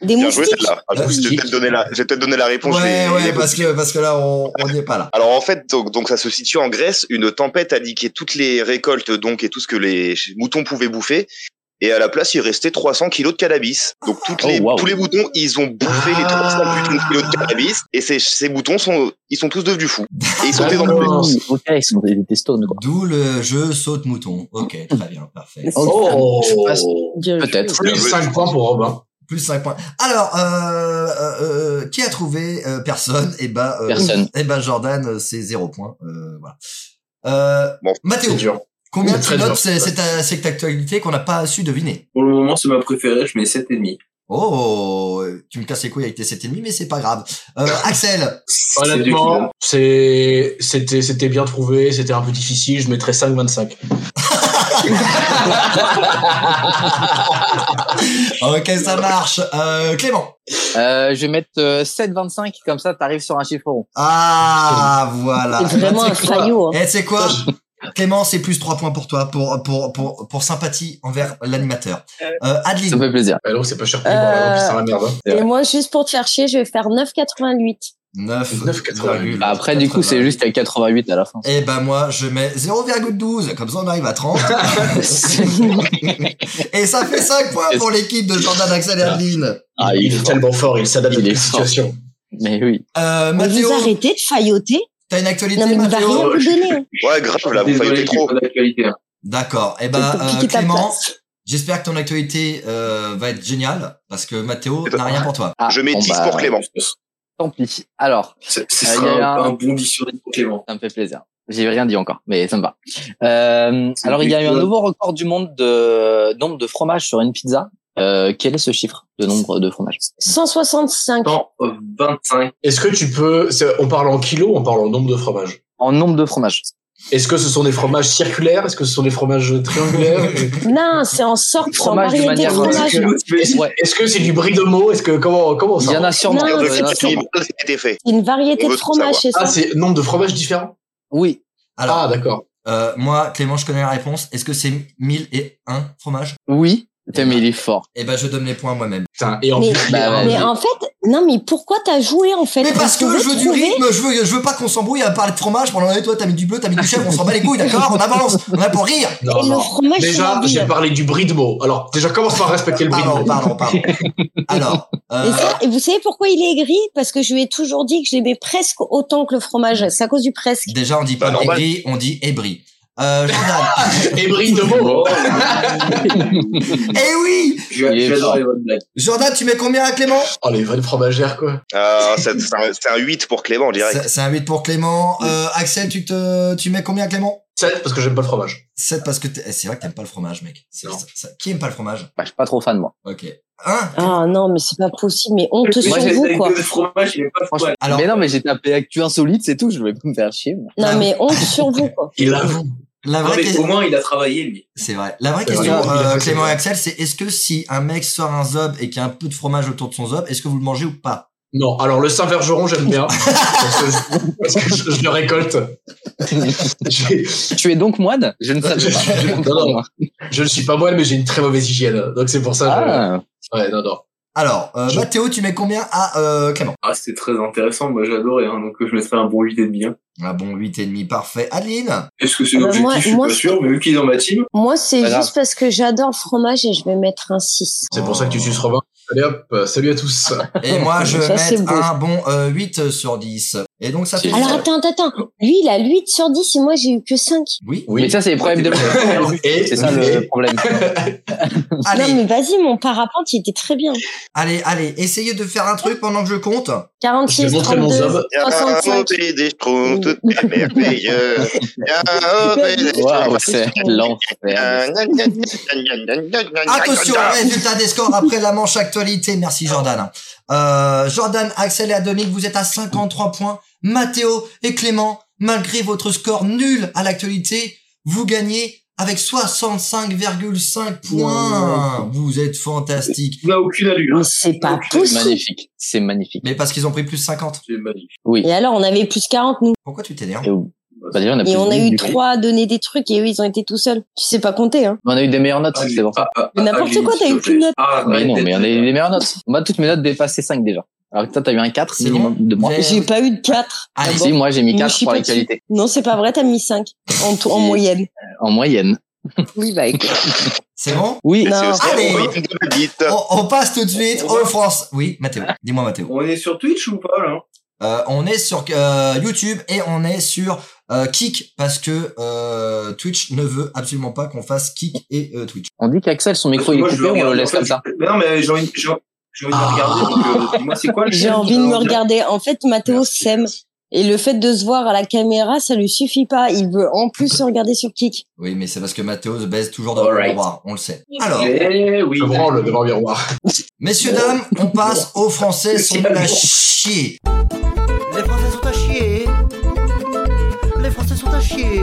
Speaker 4: Des
Speaker 9: Bien joué,
Speaker 4: moustiques.
Speaker 9: celle-là. Ah, je vais peut-être donner la, je vais peut-être donner la réponse. je
Speaker 2: Ouais, bah,
Speaker 9: vais-
Speaker 2: ouais, parce que parce que là on on n'y est pas là.
Speaker 9: Alors en fait, donc, donc ça se situe en Grèce. Une tempête a niqué toutes les récoltes donc et tout ce que les ch- moutons pouvaient bouffer. Et à la place, il restait 300 kilos de cannabis. Donc toutes
Speaker 6: Oh, Ah.
Speaker 9: les,
Speaker 6: wow.
Speaker 9: tous les moutons, ils ont bouffé les 300 putains de kilos de cannabis. Et ces, ces moutons sont, ils sont tous devenus fous. Et ils sont
Speaker 3: Ah,
Speaker 9: désemparés.
Speaker 3: non.
Speaker 6: Ok, ils sont des, des stones, quoi.
Speaker 2: D'où le jeu saute mouton. Ok, très bien, parfait.
Speaker 3: Oh
Speaker 6: Je passe.
Speaker 4: Bien joué.
Speaker 6: Peut-être.
Speaker 3: Plus 5 points pour Robin.
Speaker 2: Plus 5 points. Alors, euh, euh, euh, qui a trouvé euh, Personne. Et ben, euh,
Speaker 6: Personne.
Speaker 2: Eh ben Jordan, euh, c'est 0 points. Euh, voilà. Euh,
Speaker 9: Bon,
Speaker 2: Mathéo,
Speaker 3: C'est dur.
Speaker 2: combien
Speaker 3: C'est
Speaker 2: tu
Speaker 3: très
Speaker 2: notes
Speaker 3: dur.
Speaker 2: c'est- cette, cette actualité qu'on n'a pas su deviner
Speaker 5: Pour le moment, c'est ma préférée, je mets 7,5.
Speaker 2: Oh, euh, tu me casses les couilles avec tes 7,5, mais c'est pas grave. Euh, Axel,
Speaker 3: Honnêtement, c'est, c'était, c'était bien trouvé, c'était un peu difficile, je mettrais 5,25.
Speaker 2: Ah, ok, ça marche. Euh, Clément.
Speaker 6: Euh, je vais mettre euh, 7,25, comme ça, t'arrives sur un chiffre rond.
Speaker 2: Ah, voilà.
Speaker 4: C'est vraiment
Speaker 2: Et
Speaker 4: un
Speaker 2: tu sais quoi
Speaker 4: faillot, hein.
Speaker 2: Et c'est quoi Clément, c'est plus 3 points pour toi, pour, pour, pour, pour sympathie envers l'animateur. Euh,
Speaker 6: Ça me
Speaker 2: Adeline.
Speaker 6: fait plaisir.
Speaker 3: Bah, alors, c'est pas cher pour moi, alors, c'est la
Speaker 4: Euh,
Speaker 3: merde. hein.
Speaker 4: et moi, juste pour te faire chier, je vais faire 9,88.
Speaker 2: 9.
Speaker 3: 9,88.
Speaker 6: Bah, après, du coup, c'est juste à 88 à la fin.
Speaker 2: Et ben moi, je mets 0,12, comme ça on arrive à 30. et ça fait 5 points pour l'équipe de Jordan, Axel et Adeline.
Speaker 6: Ah,
Speaker 3: Il,
Speaker 6: il
Speaker 3: est
Speaker 6: est fort.
Speaker 3: tellement fort, il s'adapte à
Speaker 6: Il
Speaker 3: la
Speaker 6: est fort.
Speaker 3: situation.
Speaker 6: Mais oui.
Speaker 2: Euh,
Speaker 4: Mais
Speaker 2: Mathéo,
Speaker 4: vous arrêtez de failloter
Speaker 2: t'as une actualité,
Speaker 4: Non, mais il va
Speaker 2: Mathéo
Speaker 4: rien vous donner. hein.
Speaker 9: Ouais, grave, là, vous faillotez trop.
Speaker 5: hein.
Speaker 2: D'accord. Et
Speaker 4: C'est
Speaker 2: ben
Speaker 4: pour
Speaker 2: euh,
Speaker 4: piquer ta
Speaker 2: Clément,
Speaker 4: place.
Speaker 2: j'espère que ton actualité euh, va être géniale, parce que Mathéo
Speaker 9: Eh ben,
Speaker 2: n'a rien pour toi.
Speaker 6: Ah,
Speaker 9: Je mets
Speaker 6: bon,
Speaker 9: 10
Speaker 6: bah,
Speaker 9: pour Clément.
Speaker 6: Tant pis. Alors,
Speaker 5: Ce
Speaker 6: Ah, il
Speaker 5: ce
Speaker 6: y
Speaker 5: sera
Speaker 6: a
Speaker 5: un,
Speaker 6: un-
Speaker 5: un bon 10 sur 10 pour Clément.
Speaker 6: ça me fait plaisir. J'ai rien dit encore, mais ça me va. Euh,
Speaker 5: C'est
Speaker 6: alors, il y a eu un
Speaker 5: dégueu.
Speaker 6: nouveau record du monde de nombre de fromages sur une pizza. Euh, quel est ce chiffre de nombre de fromages
Speaker 4: 165.
Speaker 5: euh, 125.
Speaker 3: Est-ce que tu peux, c'est- on parle en kilos, on parle en nombre de fromages.
Speaker 6: En nombre de fromages.
Speaker 3: Est-ce que ce sont des fromages circulaires? Est-ce que ce sont des fromages triangulaires?
Speaker 4: Non, c'est en sorte, c'est en
Speaker 6: Fromage de
Speaker 4: variété de
Speaker 6: manière-
Speaker 4: fromage.
Speaker 5: Tu vois, tu vas-
Speaker 6: Ouais.
Speaker 3: Est-ce que c'est du bris de mots? Est-ce que, comment, comment
Speaker 6: Il
Speaker 3: ça?
Speaker 6: y en a sûrement.
Speaker 4: Non,
Speaker 9: Regarde,
Speaker 6: il y en a
Speaker 9: c'est
Speaker 6: sûrement.
Speaker 9: ça a été fait.
Speaker 4: C'est une variété
Speaker 9: On veut
Speaker 4: de
Speaker 9: tout
Speaker 4: fromage,
Speaker 9: savoir.
Speaker 4: c'est ça
Speaker 3: Ah, c'est nombre de fromages différents?
Speaker 6: Oui.
Speaker 2: Alors,
Speaker 3: ah, d'accord.
Speaker 2: euh, moi, Clément, je connais la réponse. Est-ce que c'est 1001 fromages
Speaker 6: Oui. Putain, mais il est fort.
Speaker 2: Eh ben, je donne les points moi-même.
Speaker 3: Putain, et en
Speaker 4: Mais,
Speaker 3: plus, euh, il y
Speaker 6: bah,
Speaker 3: a un-
Speaker 6: ouais.
Speaker 4: mais en fait, non, mais pourquoi t'as joué en fait
Speaker 2: Mais parce que je veux du
Speaker 4: trouver-
Speaker 2: rythme, je veux, je veux pas qu'on s'embrouille à parler de fromage pendant que toi t'as mis du bleu, t'as mis du chèvre, on s'en bat les couilles, d'accord On avance, on est là pour rire
Speaker 3: Non,
Speaker 4: Et
Speaker 3: non.
Speaker 4: le fromage, c'est
Speaker 3: Déjà,
Speaker 4: la
Speaker 3: j'ai
Speaker 4: vie.
Speaker 3: parlé du bris de mots. Alors, déjà, commence par respecter le bris de
Speaker 2: Pardon,
Speaker 3: mots.
Speaker 2: pardon, pardon. Alors,
Speaker 4: Et
Speaker 2: euh,
Speaker 4: ça, et vous savez pourquoi il est aigri Parce que je lui ai toujours dit que je l'aimais presque autant que le fromage. C'est à cause du presque.
Speaker 2: déjà on dit pas
Speaker 9: Bah, normal.
Speaker 2: aigri, on dit ébri. Euh, Jordan.
Speaker 3: Et bris de mots.
Speaker 5: Oh,
Speaker 2: eh oui
Speaker 5: je-
Speaker 6: Il est
Speaker 5: J'adore
Speaker 6: fort.
Speaker 5: les bonnes blagues.
Speaker 2: Jordan, tu mets combien à Clément
Speaker 3: Oh, les vannes fromagères, quoi.
Speaker 9: Ah, c'est c'est un, c'est un 8 pour Clément, direct.
Speaker 2: C'est c'est un 8 pour Clément. Euh, Axel, tu te, tu mets combien à Clément
Speaker 3: 7, parce que j'aime pas le fromage.
Speaker 2: 7 parce que t'es- eh, c'est vrai que t'aimes pas le fromage, mec. C'est-
Speaker 3: Non.
Speaker 2: ça- ça- qui aime pas le fromage
Speaker 6: Bah, je suis pas trop fan, moi.
Speaker 2: Ok. Hein
Speaker 4: Ah non, mais c'est pas possible. Mais honte
Speaker 5: Moi,
Speaker 4: sur
Speaker 5: j'ai
Speaker 4: vous, quoi.
Speaker 5: le fromage, il est pas
Speaker 6: Franchement.
Speaker 5: froid.
Speaker 2: Alors,
Speaker 6: mais non, mais j'ai tapé actu insolite, c'est tout. Je vais pas me faire chier. moi.
Speaker 4: Non, mais honte sur vous, quoi.
Speaker 3: Il avoue.
Speaker 2: la
Speaker 5: Non,
Speaker 2: vraie
Speaker 5: mais
Speaker 2: question.
Speaker 5: au moins, il a travaillé, lui.
Speaker 2: C'est vrai. La vraie
Speaker 3: C'est
Speaker 2: question,
Speaker 3: vrai.
Speaker 2: euh,
Speaker 3: Oui, c'est
Speaker 2: Clément et
Speaker 3: vrai.
Speaker 2: Axel, c'est est-ce que si un mec sort un zob et qu'il y a un peu de fromage autour de son zob, est-ce que vous le mangez ou pas
Speaker 3: Non, alors le Saint-Vergeron, j'aime bien. parce que, je, parce que je- je le récolte. J'ai-
Speaker 6: Tu es donc moine Je ne savais pas.
Speaker 3: Non, non. Je ne suis pas moine, mais j'ai une très mauvaise hygiène. Donc c'est pour ça.
Speaker 6: Ah,
Speaker 3: que je- Ouais, non, non.
Speaker 2: Alors, euh,
Speaker 3: Je-
Speaker 2: Mathéo, tu mets combien à euh, Clément
Speaker 5: Ah, c'était très intéressant. Moi, j'adorais, hein, donc euh, je mettrais un bon 8,5. hein.
Speaker 2: Ah bon, 8,5, parfait. Adeline
Speaker 5: Est-ce que c'est
Speaker 4: Ah bah,
Speaker 5: l'objectif
Speaker 4: moi-
Speaker 5: Je suis
Speaker 4: moi,
Speaker 5: pas
Speaker 4: je-
Speaker 5: sûr, mais vu qu'il est dans ma team,
Speaker 4: Moi, c'est
Speaker 6: Pas grave.
Speaker 4: juste parce que j'adore le fromage et je vais mettre un 6.
Speaker 3: C'est pour ça que tu suces Robin. Allez hop, euh, salut à tous.
Speaker 2: Et moi, je
Speaker 4: Ça,
Speaker 2: vais
Speaker 4: c'est
Speaker 2: mettre
Speaker 4: beau.
Speaker 2: un bon euh, 8 sur 10. Et donc, ça fait...
Speaker 4: Alors attends, attends, attends. Lui, il a 8 sur 10 et moi, j'ai eu que 5.
Speaker 2: Oui.
Speaker 3: Oui.
Speaker 6: Mais ça, c'est les problèmes de.
Speaker 3: Et-
Speaker 6: C'est ça le
Speaker 3: et-
Speaker 6: problème.
Speaker 2: Allez,
Speaker 4: Non, mais vas-y, mon parapente, il était très bien.
Speaker 2: allez, allez, essayez de faire un truc pendant que je compte.
Speaker 3: Je
Speaker 4: 46,
Speaker 3: vais montrer mon
Speaker 4: 32,
Speaker 3: zob.
Speaker 9: Il y a un
Speaker 4: 65.
Speaker 9: OP Ah, des Schtroumpfs, tout est merveilleux. Il y a un OP des
Speaker 6: Waouh,
Speaker 9: Schtroumpfs.
Speaker 6: c'est
Speaker 9: Ah, Euh,
Speaker 6: l'enfer.
Speaker 2: Attention, résultat des scores après la manche actualité. Merci Jordan. Euh, Jordan, Axel et Adonis, vous êtes à 53 points. Mathéo et Clément, malgré votre score nul à l'actualité, vous gagnez avec 65,5 points. Vous êtes fantastique.
Speaker 5: il n'a aucune allure.
Speaker 4: Mais c'est pas
Speaker 5: Donc,
Speaker 6: C'est
Speaker 4: possible.
Speaker 6: magnifique. C'est magnifique.
Speaker 2: Mais parce qu'ils ont pris plus 50.
Speaker 5: C'est magnifique.
Speaker 6: Oui.
Speaker 4: Et alors, on avait plus 40, nous.
Speaker 2: Pourquoi tu t'énerves
Speaker 6: Et où- bah, déjà, on a plus
Speaker 4: Et on a
Speaker 6: de-
Speaker 4: eu
Speaker 6: du coup.
Speaker 4: trois à donner des trucs et eux, ils ont été tout seuls. Tu sais pas compter, hein.
Speaker 6: Mais On a eu des meilleures notes, c'est pour ça.
Speaker 4: Mais n'importe quoi, t'as eu plus de notes.
Speaker 5: Ah,
Speaker 6: Mais
Speaker 5: arrête
Speaker 6: non,
Speaker 5: d'être-
Speaker 6: mais on a eu des meilleures notes. Moi, toutes mes notes dépassaient 5 déjà. Alors que toi, t'as eu un 4
Speaker 2: C'est
Speaker 6: minimum
Speaker 2: bon
Speaker 6: de moi.
Speaker 2: J'ai-
Speaker 4: J'ai pas eu de 4.
Speaker 2: Allez,
Speaker 6: Si, moi, j'ai mis 4 pour les qualités.
Speaker 4: Non, c'est pas vrai, t'as mis 5 en, tout- en
Speaker 6: Et-
Speaker 4: moyenne.
Speaker 6: En moyenne.
Speaker 4: Oui, bah écoute.
Speaker 2: c'est bon
Speaker 6: Oui.
Speaker 9: C'est
Speaker 4: Non.
Speaker 9: aussi
Speaker 2: Allez.
Speaker 9: un problème de bite.
Speaker 2: on, on passe tout de suite aux France. Oui, Mathéo. Dis-moi Mathéo.
Speaker 5: On est sur Twitch ou pas, là
Speaker 2: Euh, on est sur euh, YouTube et on est sur euh, Kick parce que euh, Twitch ne veut absolument pas qu'on fasse Kick et euh, Twitch.
Speaker 6: On dit qu'Axel, son
Speaker 5: Parce
Speaker 6: micro,
Speaker 5: que
Speaker 6: il est
Speaker 5: moi, je
Speaker 6: coupé,
Speaker 5: veux
Speaker 6: on le
Speaker 5: regarder,
Speaker 6: laisse
Speaker 5: en
Speaker 6: comme
Speaker 5: fait,
Speaker 6: ça. Ah.
Speaker 5: je- Non, mais j'ai envie, j'ai j'ai envie de me regarder. donc, euh, dis-moi, c'est quoi le
Speaker 4: J'ai
Speaker 5: chien
Speaker 4: envie de me
Speaker 5: Euh,
Speaker 4: regarder. En fait, Mathéo
Speaker 5: Merci.
Speaker 4: s'aime. Et le fait de se voir à la caméra, ça lui suffit pas. Il veut en plus se regarder sur Kik.
Speaker 2: Oui, mais c'est parce que Mathéo se baise toujours devant le
Speaker 5: Alright.
Speaker 2: miroir, on le sait. Alors,
Speaker 5: Eh oui.
Speaker 3: Je branle devant le miroir.
Speaker 2: messieurs, dames, on passe aux Français sont nuls à chier.
Speaker 8: Les Français sont à chier. Les Français sont à chier.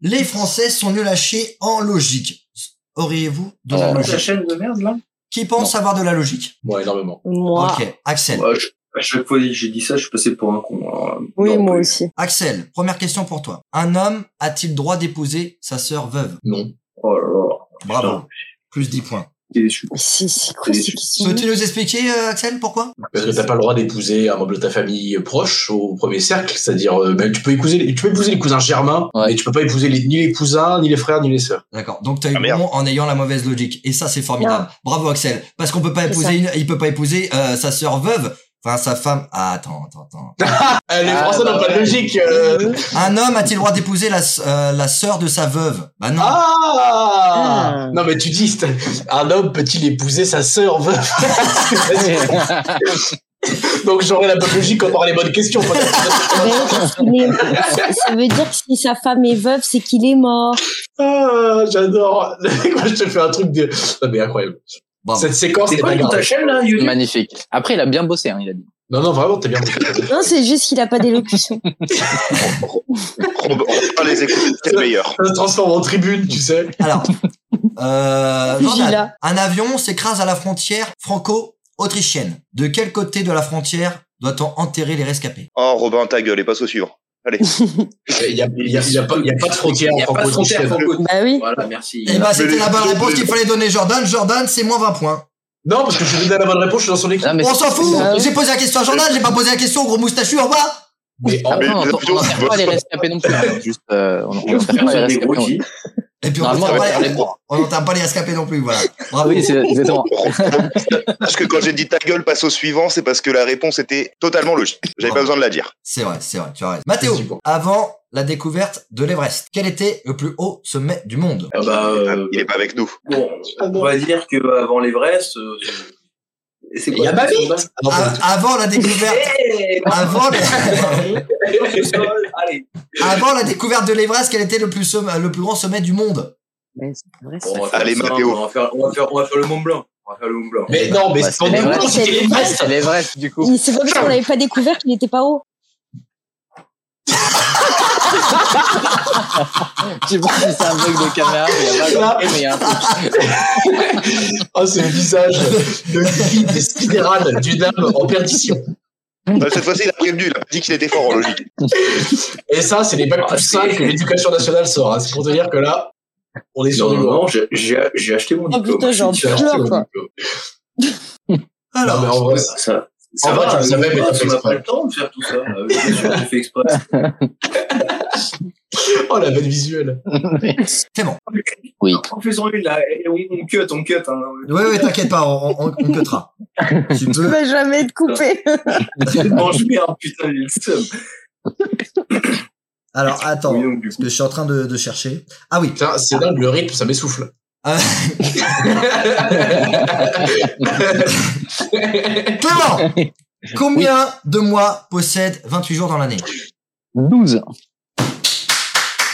Speaker 2: Les Français sont nuls à chier en logique. Auriez-vous de la
Speaker 6: Oh.
Speaker 5: La
Speaker 2: logique
Speaker 5: chaîne de merde, là
Speaker 2: Qui pense avoir de la logique
Speaker 3: Moi, énormément.
Speaker 4: Moi.
Speaker 2: Ok, Axel.
Speaker 5: Moi, je- À chaque fois que j'ai dit ça, je suis passé pour un con. alors, euh,
Speaker 4: Oui,
Speaker 5: non,
Speaker 4: moi
Speaker 5: plus.
Speaker 4: aussi.
Speaker 2: Axel, première question pour toi. Un homme a-t-il droit d'épouser sa sœur veuve
Speaker 3: Non.
Speaker 5: Oh là là.
Speaker 2: Bravo. Plus 10 points.
Speaker 4: Mhm.
Speaker 5: T'es déçu.
Speaker 4: Mais C'est c'est quoi ces questions
Speaker 2: Peux-tu nous expliquer, euh, Axel, pourquoi
Speaker 3: Parce que t'as pas le droit d'épouser un membre de ta famille proche au premier cercle. C'est-à-dire, euh, ben, tu peux épouser, les- tu peux épouser les cousins germains,
Speaker 6: Ouais.
Speaker 3: mais tu peux pas épouser les- ni les cousins, ni les frères, ni les sœurs.
Speaker 2: D'accord. Donc t'as eu
Speaker 9: Ah, merde.
Speaker 2: bon en ayant la mauvaise logique. Et ça, c'est formidable. Bravo, Axel. Parce qu'on peut pas
Speaker 4: C'est ça.
Speaker 2: épouser une, il peut pas épouser euh, sa sœur veuve. Enfin, sa femme. Ah, attends, attends, attends.
Speaker 3: Eh, les
Speaker 6: Ah,
Speaker 3: Français
Speaker 6: bah
Speaker 3: n'ont pas de
Speaker 6: ouais.
Speaker 3: logique. euh.
Speaker 2: Un homme a-t-il le droit d'épouser la, s- euh, la sœur de sa veuve Bah non.
Speaker 3: Ah
Speaker 4: Ah.
Speaker 3: Non, mais tu dis, c'est- un homme peut-il épouser sa sœur veuve Donc j'aurai la bonne logique quand on aura les bonnes questions. pas quand on
Speaker 4: Ouais,
Speaker 3: aura-
Speaker 4: parce qu'il est- ça- Ça veut dire que si sa femme est veuve, c'est qu'il est mort.
Speaker 3: Ah, j'adore. Quand je te fais un truc de... Non, mais incroyable.
Speaker 2: Bravo.
Speaker 3: Cette séquence,
Speaker 5: C'est
Speaker 3: c'est
Speaker 5: quoi
Speaker 3: pas
Speaker 5: le nom de ta
Speaker 3: grave.
Speaker 5: chaîne, là, YouTube
Speaker 6: Magnifique. Après, il a bien bossé, hein, il a dit.
Speaker 3: Non, non, vraiment, t'es bien. T'es
Speaker 4: Non, c'est juste qu'il a pas d'élocution.
Speaker 9: On va les écouter, c'est le meilleur.
Speaker 3: Ça se transforme en tribune, tu sais.
Speaker 2: Alors, euh, Jordan,
Speaker 4: Gila.
Speaker 2: un avion s'écrase à la frontière franco-autrichienne. De quel côté de la frontière doit-on enterrer les rescapés
Speaker 9: Oh, Robin, ta gueule, et passe au suivant. Allez.
Speaker 3: Il n'y a, il y a, il y a, pas- il y a pas de frontière
Speaker 5: Il n'y a pas de frontière
Speaker 3: franco-autrichienne.
Speaker 5: franco
Speaker 4: Bah oui.
Speaker 5: Voilà, merci.
Speaker 2: Eh ben, c'était
Speaker 9: mais
Speaker 2: la
Speaker 9: les-
Speaker 2: bonne
Speaker 9: les-
Speaker 2: réponse
Speaker 9: les-
Speaker 2: qu'il fallait donner, Jordan. Jordan, c'est moins 20 points.
Speaker 3: Non, parce que je te donnais la bonne réponse, je suis dans son équipe.
Speaker 6: Non, mais
Speaker 2: On
Speaker 6: c'est- Ah
Speaker 2: s'en fout
Speaker 4: Bah oui.
Speaker 2: J'ai posé la question à Jordan, j'ai pas posé la question au gros moustachu en bas
Speaker 3: Ah, Mais en-
Speaker 6: Après,
Speaker 9: Mais
Speaker 6: on
Speaker 9: les
Speaker 6: n'entend
Speaker 9: avions,
Speaker 6: on n'enterre pas les rescapés non plus. hein. Juste, euh, on on n'enterre pas les
Speaker 5: Personne n'est
Speaker 6: rescapés.
Speaker 5: groggy.
Speaker 2: Et puis on
Speaker 6: Normalement,
Speaker 2: n'entend
Speaker 6: on va
Speaker 2: pas,
Speaker 6: faire
Speaker 2: les...
Speaker 6: les morts.
Speaker 2: on entend pas les rescapés non plus, voilà. Bravo.
Speaker 6: Oui, c'est exactement.
Speaker 9: Oh, Parce que quand j'ai dit ta gueule, passe au suivant, c'est parce que la réponse était totalement logique. J'avais pas besoin de la dire.
Speaker 2: C'est vrai, c'est vrai, tu as raison. Mathéo,
Speaker 3: C'est bon.
Speaker 2: avant la découverte de l'Everest, quel était le plus haut sommet du monde
Speaker 5: Ah bah,
Speaker 9: Il est pas-
Speaker 5: euh,
Speaker 9: Il est pas avec nous.
Speaker 4: Ah,
Speaker 5: Bon, on va dire qu'avant l'Everest, euh, c'est- c'est
Speaker 3: Il y a ma Ah. vie. Non,
Speaker 2: A- Avant la découverte...
Speaker 5: Eh,
Speaker 2: Avant, la-
Speaker 5: au sol, Allez.
Speaker 2: avant la découverte de l'Everest, quel était le plus, somm- le plus grand sommet du monde
Speaker 6: Mais c'est vrai,
Speaker 5: Bon, on va faire
Speaker 9: Allez,
Speaker 5: ça,
Speaker 9: Mathéo.
Speaker 5: On va faire, on va faire, on va faire le Mont Blanc. On va faire le Mont Blanc.
Speaker 3: Mais non, mais
Speaker 6: Bah, c'est
Speaker 3: c'est pas
Speaker 6: les
Speaker 3: non,
Speaker 6: vrais.
Speaker 3: c'était les vrais.
Speaker 6: c'est l'Everest, du coup.
Speaker 4: Il- C'est pas parce qu'on l'avait pas découvert qu'il était pas haut.
Speaker 6: Je sais pas si c'est un bug de caméra, mais il y a pas de-
Speaker 3: Là.
Speaker 6: mais il y a un truc.
Speaker 3: Oh, c'est le visage de vide sidéral d'une âme en perdition.
Speaker 9: Euh, Cette fois-ci, il a prévenu, il a dit qu'il était fort en logique.
Speaker 3: Et ça, c'est les bacs
Speaker 5: Ah,
Speaker 3: plus 5
Speaker 5: c'est-
Speaker 3: que l'éducation nationale sort. hein. C'est pour te dire que là, on est sur
Speaker 5: Non,
Speaker 3: du
Speaker 5: non,
Speaker 3: lourd.
Speaker 5: non, j'ai- j'ai j'ai acheté mon
Speaker 4: Oh
Speaker 5: diplôme.
Speaker 4: putain, j'en
Speaker 3: Tu as acheté
Speaker 4: pleure,
Speaker 3: le
Speaker 4: quoi.
Speaker 3: diplôme. Non, mais
Speaker 2: Alors,
Speaker 3: en vrai,
Speaker 5: Ça, ça,
Speaker 3: En
Speaker 5: va,
Speaker 3: vrai, tu le
Speaker 5: euh,
Speaker 3: savais, mais
Speaker 5: on
Speaker 3: t'as
Speaker 5: a-
Speaker 3: fait
Speaker 5: on n'a
Speaker 3: exprès.
Speaker 5: pas le temps de faire tout ça. Euh, Bien sûr, j'ai fait exprès.
Speaker 3: oh la belle visuelle.
Speaker 2: c'est bon.
Speaker 6: Oui.
Speaker 5: Faisons une là. Eh, On on cut, on cut. hein.
Speaker 2: Oui, oui, t'inquiète pas, on, on, on cutera. Tu
Speaker 4: Il
Speaker 2: peux...
Speaker 4: va jamais être coupé.
Speaker 5: Bon, je merde, putain, j'ai le seum.
Speaker 2: Alors, attends,
Speaker 5: Oui,
Speaker 2: parce
Speaker 5: donc, du coup,
Speaker 2: que je suis en train de, de chercher. Ah oui,
Speaker 3: Putain, c'est dingue, le rythme, ça m'essouffle.
Speaker 2: Euh. Clément Combien de mois possède 28 jours dans l'année
Speaker 6: 12.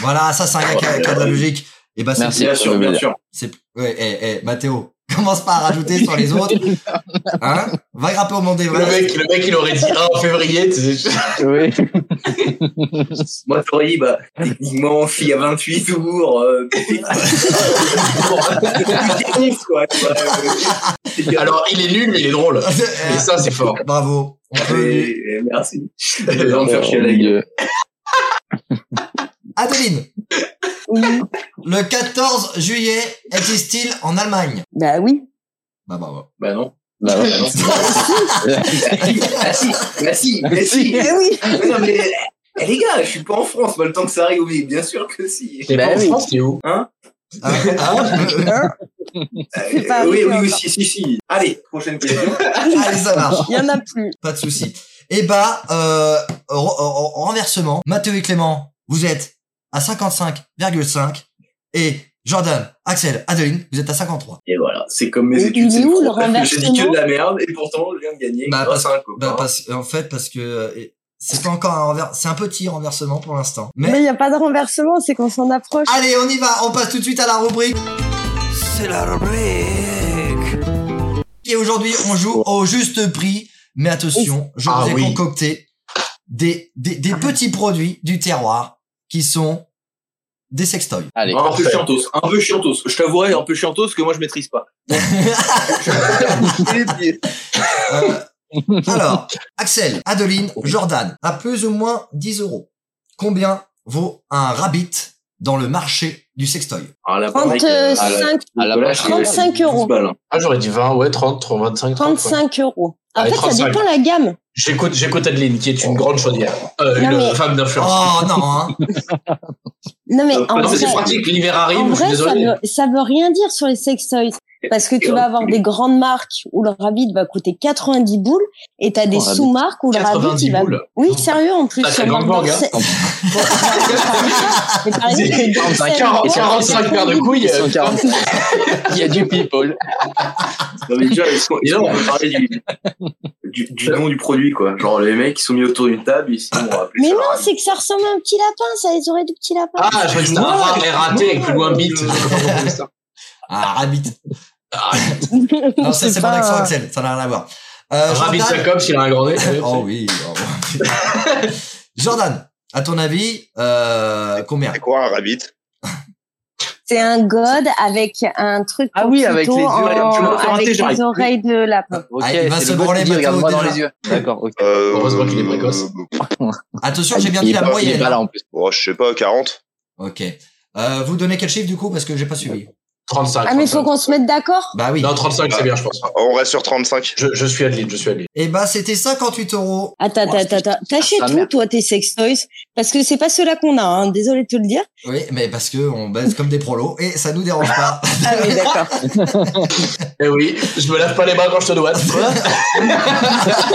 Speaker 2: Voilà, ça c'est un gars qui a, qui a de la logique. Et bah c'est,
Speaker 6: Merci.
Speaker 5: bien sûr, bien sûr.
Speaker 2: c'est, ouais, eh, eh, Mathéo, commence pas à rajouter sur les autres. Hein Va grapper au monde des
Speaker 3: Le
Speaker 2: vrais.
Speaker 3: mec, le mec, il aurait dit 1 en février. tu sais.
Speaker 6: Oui.
Speaker 5: Moi, t'aurais dit, bah, techniquement, fille à 28 jours, euh, c'est 11, quoi. tu vois, euh, c'est-
Speaker 3: Alors, il est nul, mais il est drôle. Et ça, c'est fort.
Speaker 2: Eh, Bravo. On peut lui-
Speaker 5: Et- et merci. Je vais me faire chier à la gueule.
Speaker 2: Adeline Le 14 juillet existe-t-il en Allemagne
Speaker 4: Bah oui.
Speaker 2: Bah bah bah.
Speaker 5: Bah non.
Speaker 6: Bah ouais.
Speaker 5: Bah non. Bah si, bah si, bah si.
Speaker 4: Bah oui.
Speaker 5: Mais non, mais eh, les gars, je suis pas en France, pas le temps que ça arrive, oui, bien sûr que si.
Speaker 3: T'es
Speaker 6: Bah
Speaker 3: pas en
Speaker 6: oui.
Speaker 3: France, t'es où
Speaker 2: Ah, ah, euh, euh,
Speaker 5: Euh,
Speaker 4: pas
Speaker 5: oui,
Speaker 4: arrivé
Speaker 5: oui, oui,
Speaker 4: encore.
Speaker 5: si, si, si. Allez, prochaine question.
Speaker 2: allez, ça marche.
Speaker 4: Il y en a plus.
Speaker 2: Pas de souci. Et bah, euh, re- re- renversement, Mathéo et Clément, vous êtes à 55,5 et Jordan, Axel, Adeline, vous êtes à 53.
Speaker 5: Et voilà, c'est comme mes
Speaker 4: Il-
Speaker 5: études.
Speaker 4: il
Speaker 5: c'est
Speaker 4: est où,
Speaker 5: faux.
Speaker 4: le
Speaker 5: J'ai dit que
Speaker 4: renversement
Speaker 5: de la merde et pourtant je viens de gagner.
Speaker 2: Bah,
Speaker 5: grâce à un copain.
Speaker 2: Bah, parce, en fait, parce que euh, C'est pas encore un renvers- c'est un petit renversement pour l'instant. Mais
Speaker 4: Mais il n'y a pas de renversement, c'est qu'on s'en approche.
Speaker 2: Allez, on y va, on passe tout de suite à la rubrique. C'est la rubrique. Et aujourd'hui, on joue au juste prix. Mais attention, je
Speaker 3: Ah
Speaker 2: vous ai
Speaker 3: oui.
Speaker 2: concocté des, des, des petits produits du terroir qui sont des sextoys.
Speaker 6: Allez.
Speaker 5: Un peu
Speaker 3: Parfait.
Speaker 5: chiantos, un peu chiantos. Je t'avouerai, un peu chiantos que moi je maîtrise pas.
Speaker 2: Euh, alors, Axel, Adeline, Jordan, à plus ou moins 10 euros, combien vaut un rabbit dans le marché du sextoy
Speaker 5: Ah, là, pareil, euh, à la-
Speaker 4: 35,
Speaker 6: À la vache,
Speaker 4: 35
Speaker 5: 12
Speaker 4: euros.
Speaker 5: balles, hein.
Speaker 3: Ah, j'aurais dit 20, ouais, 30, 30, 25, 30. ouais.
Speaker 4: 35 euros. Après,
Speaker 3: Allez,
Speaker 4: ça
Speaker 3: 35.
Speaker 4: dépend la gamme.
Speaker 3: J'écoute, j'écoute Adeline, qui est une grande chaudière. Euh,
Speaker 4: Non,
Speaker 3: une
Speaker 4: mais-
Speaker 3: femme d'influence.
Speaker 2: Oh non, hein.
Speaker 4: Non, mais
Speaker 5: Non,
Speaker 4: en
Speaker 5: non,
Speaker 3: Non, mais
Speaker 4: Oh, vrai,
Speaker 3: c'est pratique, l'hiver arrive,
Speaker 4: en
Speaker 3: je suis
Speaker 4: vrai ça,
Speaker 3: désolé.
Speaker 4: veut, ça veut rien dire sur les sextoys. Parce que tu vas avoir des grandes marques où le rabbit va coûter 90 boules et t'as des
Speaker 6: Oh, rabbit.
Speaker 4: sous-marques où le rabbit
Speaker 3: 90
Speaker 4: il va.
Speaker 3: boules.
Speaker 4: Oui, sérieux en plus.
Speaker 3: Sacré
Speaker 4: il y a
Speaker 3: gangbang,
Speaker 4: marque
Speaker 3: hein.
Speaker 4: d'Orsay. Mais par exemple,
Speaker 3: C'est
Speaker 4: d'Orsay,
Speaker 3: 40,
Speaker 4: Laurent,
Speaker 3: 45 paires de couilles.
Speaker 6: Ils
Speaker 3: euh,
Speaker 6: sont 40. Il y a du people.
Speaker 5: Non, mais déjà, est-ce qu'on est-ce qu'on peut parler du, du, du nom du produit, quoi Genre, les mecs, ils sont mis autour d'une table, ils se euh, sont rappelés.
Speaker 4: Mais non, c'est que ça ressemble à un petit lapin, ça a les oreilles de petit lapin.
Speaker 3: Ah, je crois que c'était un rat RAT avec plus loin bit.
Speaker 2: Un Ah, rabbit. Ah, Non, ça, c'est mon
Speaker 4: pas-
Speaker 2: accent, Axel. Ça n'a rien à voir. Euh,
Speaker 3: Rabbit
Speaker 2: Jordan-
Speaker 3: Jacob, s'il a un grand nez.
Speaker 4: Ah,
Speaker 2: Oh oui. oh, oui. Jordan, à ton avis, euh, combien
Speaker 9: C'est quoi un rabbit
Speaker 4: C'est un god avec un truc
Speaker 6: Ah
Speaker 4: au
Speaker 6: oui, avec
Speaker 4: couteau
Speaker 6: les yeux,
Speaker 4: en-
Speaker 6: tu vas
Speaker 5: me faire rater,
Speaker 4: avec
Speaker 5: j'arrive.
Speaker 4: les oreilles de lapin.
Speaker 6: Ok,
Speaker 2: Ah, il va
Speaker 6: c'est
Speaker 2: se
Speaker 6: le boss
Speaker 2: branler
Speaker 6: qui dit,
Speaker 2: bientôt,
Speaker 6: regarde-moi dans
Speaker 2: déjà.
Speaker 6: les yeux. D'accord, ok.
Speaker 9: euh,
Speaker 3: Heureusement qu'il est précoce.
Speaker 2: Attention,
Speaker 6: Ah,
Speaker 2: j'ai bien
Speaker 6: il
Speaker 2: dit
Speaker 6: est
Speaker 2: la
Speaker 6: pas- Il est
Speaker 2: moyenne.
Speaker 6: pas là
Speaker 2: hein.
Speaker 6: en plus.
Speaker 9: Oh, je sais pas, 40
Speaker 2: Ok. Euh, vous donnez quel chiffre du coup parce que j'ai pas suivi.
Speaker 6: Euh,
Speaker 3: 35.
Speaker 4: Ah mais faut
Speaker 3: 35.
Speaker 4: qu'on se mette d'accord.
Speaker 2: Bah oui.
Speaker 3: Non, 35, c'est bien, je pense.
Speaker 9: Oh, On reste sur 35.
Speaker 3: Je, je suis Adeline, je suis Adeline.
Speaker 2: Et bah c'était 58 euros.
Speaker 4: Attends, attends, attends, attends. T'achètes
Speaker 6: Ah,
Speaker 4: où
Speaker 6: merde.
Speaker 4: toi tes sextoys Parce que c'est pas ceux-là qu'on a. Hein. Désolé de te le dire.
Speaker 2: Oui, mais parce que on baise comme des prolos et ça nous dérange pas.
Speaker 4: Ah oui, d'accord.
Speaker 3: Eh oui, je me lave pas les bras quand je te dois.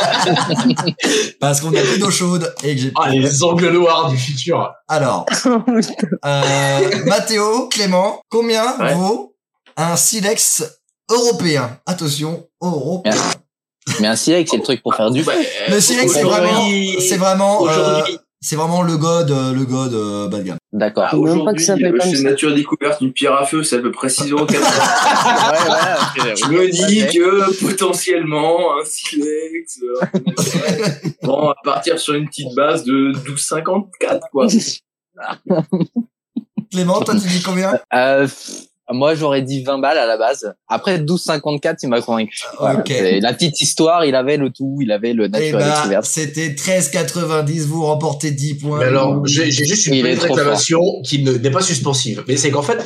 Speaker 2: parce qu'on a plus d'eau chaude et que j'ai.
Speaker 3: Ah, les angles noirs du futur.
Speaker 2: Alors, euh, Mathéo, Clément, combien
Speaker 5: Ouais.
Speaker 2: vaut un silex européen Attention,
Speaker 5: Euh,
Speaker 2: européen.
Speaker 6: Mais un silex, c'est le truc pour faire du.
Speaker 2: Le silex, c'est vraiment, c'est vraiment, euh,
Speaker 5: Aujourd'hui,
Speaker 2: c'est vraiment le god, euh, le god euh, bas de gamme.
Speaker 6: D'accord.
Speaker 5: ah,
Speaker 4: Faut même pas que ça
Speaker 5: aujourd'hui,
Speaker 4: s'appelle
Speaker 5: euh,
Speaker 4: comme
Speaker 5: chez
Speaker 4: ça.
Speaker 5: Nature Découverte, une pierre à feu, c'est à peu près 6 euros.
Speaker 6: Ah, Ouais, voilà, c'est-
Speaker 5: Je me dis
Speaker 6: Ok.
Speaker 5: que potentiellement un silex, euh, bon, à partir sur une petite base de 12,54 quoi.
Speaker 2: Clément, toi, tu dis combien
Speaker 6: Euh, pff, moi, j'aurais dit 20 balles à la base. Après, 12,54, il m'a convaincu. Voilà,
Speaker 2: Ok.
Speaker 6: c'est La petite histoire, il avait le tout, il avait le
Speaker 2: Eh
Speaker 6: naturel
Speaker 2: ben,
Speaker 6: extrovert.
Speaker 2: c'était 13,90. Vous remportez 10 points.
Speaker 3: Mais alors, j'ai j'ai juste une
Speaker 6: Il est
Speaker 3: petite
Speaker 6: trop
Speaker 3: réclamation qui ne- n'est pas suspensive. Mais c'est qu'en fait,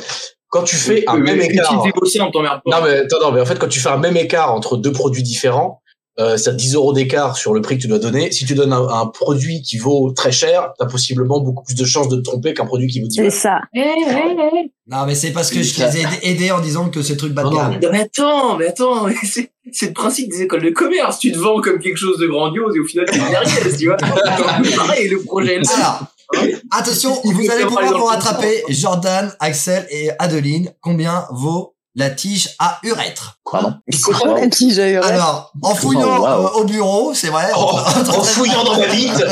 Speaker 3: quand tu fais un même
Speaker 5: mais
Speaker 3: écart.
Speaker 5: tu aussi, on t'emmerde pas.
Speaker 3: Non, mais attends, non, mais en fait, quand tu fais un même écart entre deux produits différents, euh, c'est à 10 euros d'écart sur le prix que tu dois donner. Si tu donnes un, un produit qui vaut très cher, t'as possiblement beaucoup plus de chances de te tromper qu'un produit qui vaut 10
Speaker 4: C'est
Speaker 3: balles.
Speaker 4: ça.
Speaker 2: Non, mais c'est parce que je les ai aidés- aidés en disant que c'est truc bas de
Speaker 3: Non, non,
Speaker 2: gamme.
Speaker 5: Non, mais attends, mais attends, mais c'est c'est le principe des écoles de commerce. Tu te vends comme quelque chose de grandiose et au final, t'es derrière, tu vois. Donc, Pareil, le projet est là.
Speaker 2: Alors, attention, vous allez pouvoir vous rattraper. Jordan, Axel et Adeline, combien vaut la tige à urètre
Speaker 6: Pardon.
Speaker 4: C'est quoi la tige à urètre
Speaker 2: Alors, en fouillant
Speaker 6: Oh, wow.
Speaker 2: euh, au bureau, c'est vrai.
Speaker 3: Oh, en fouillant dans ma bite,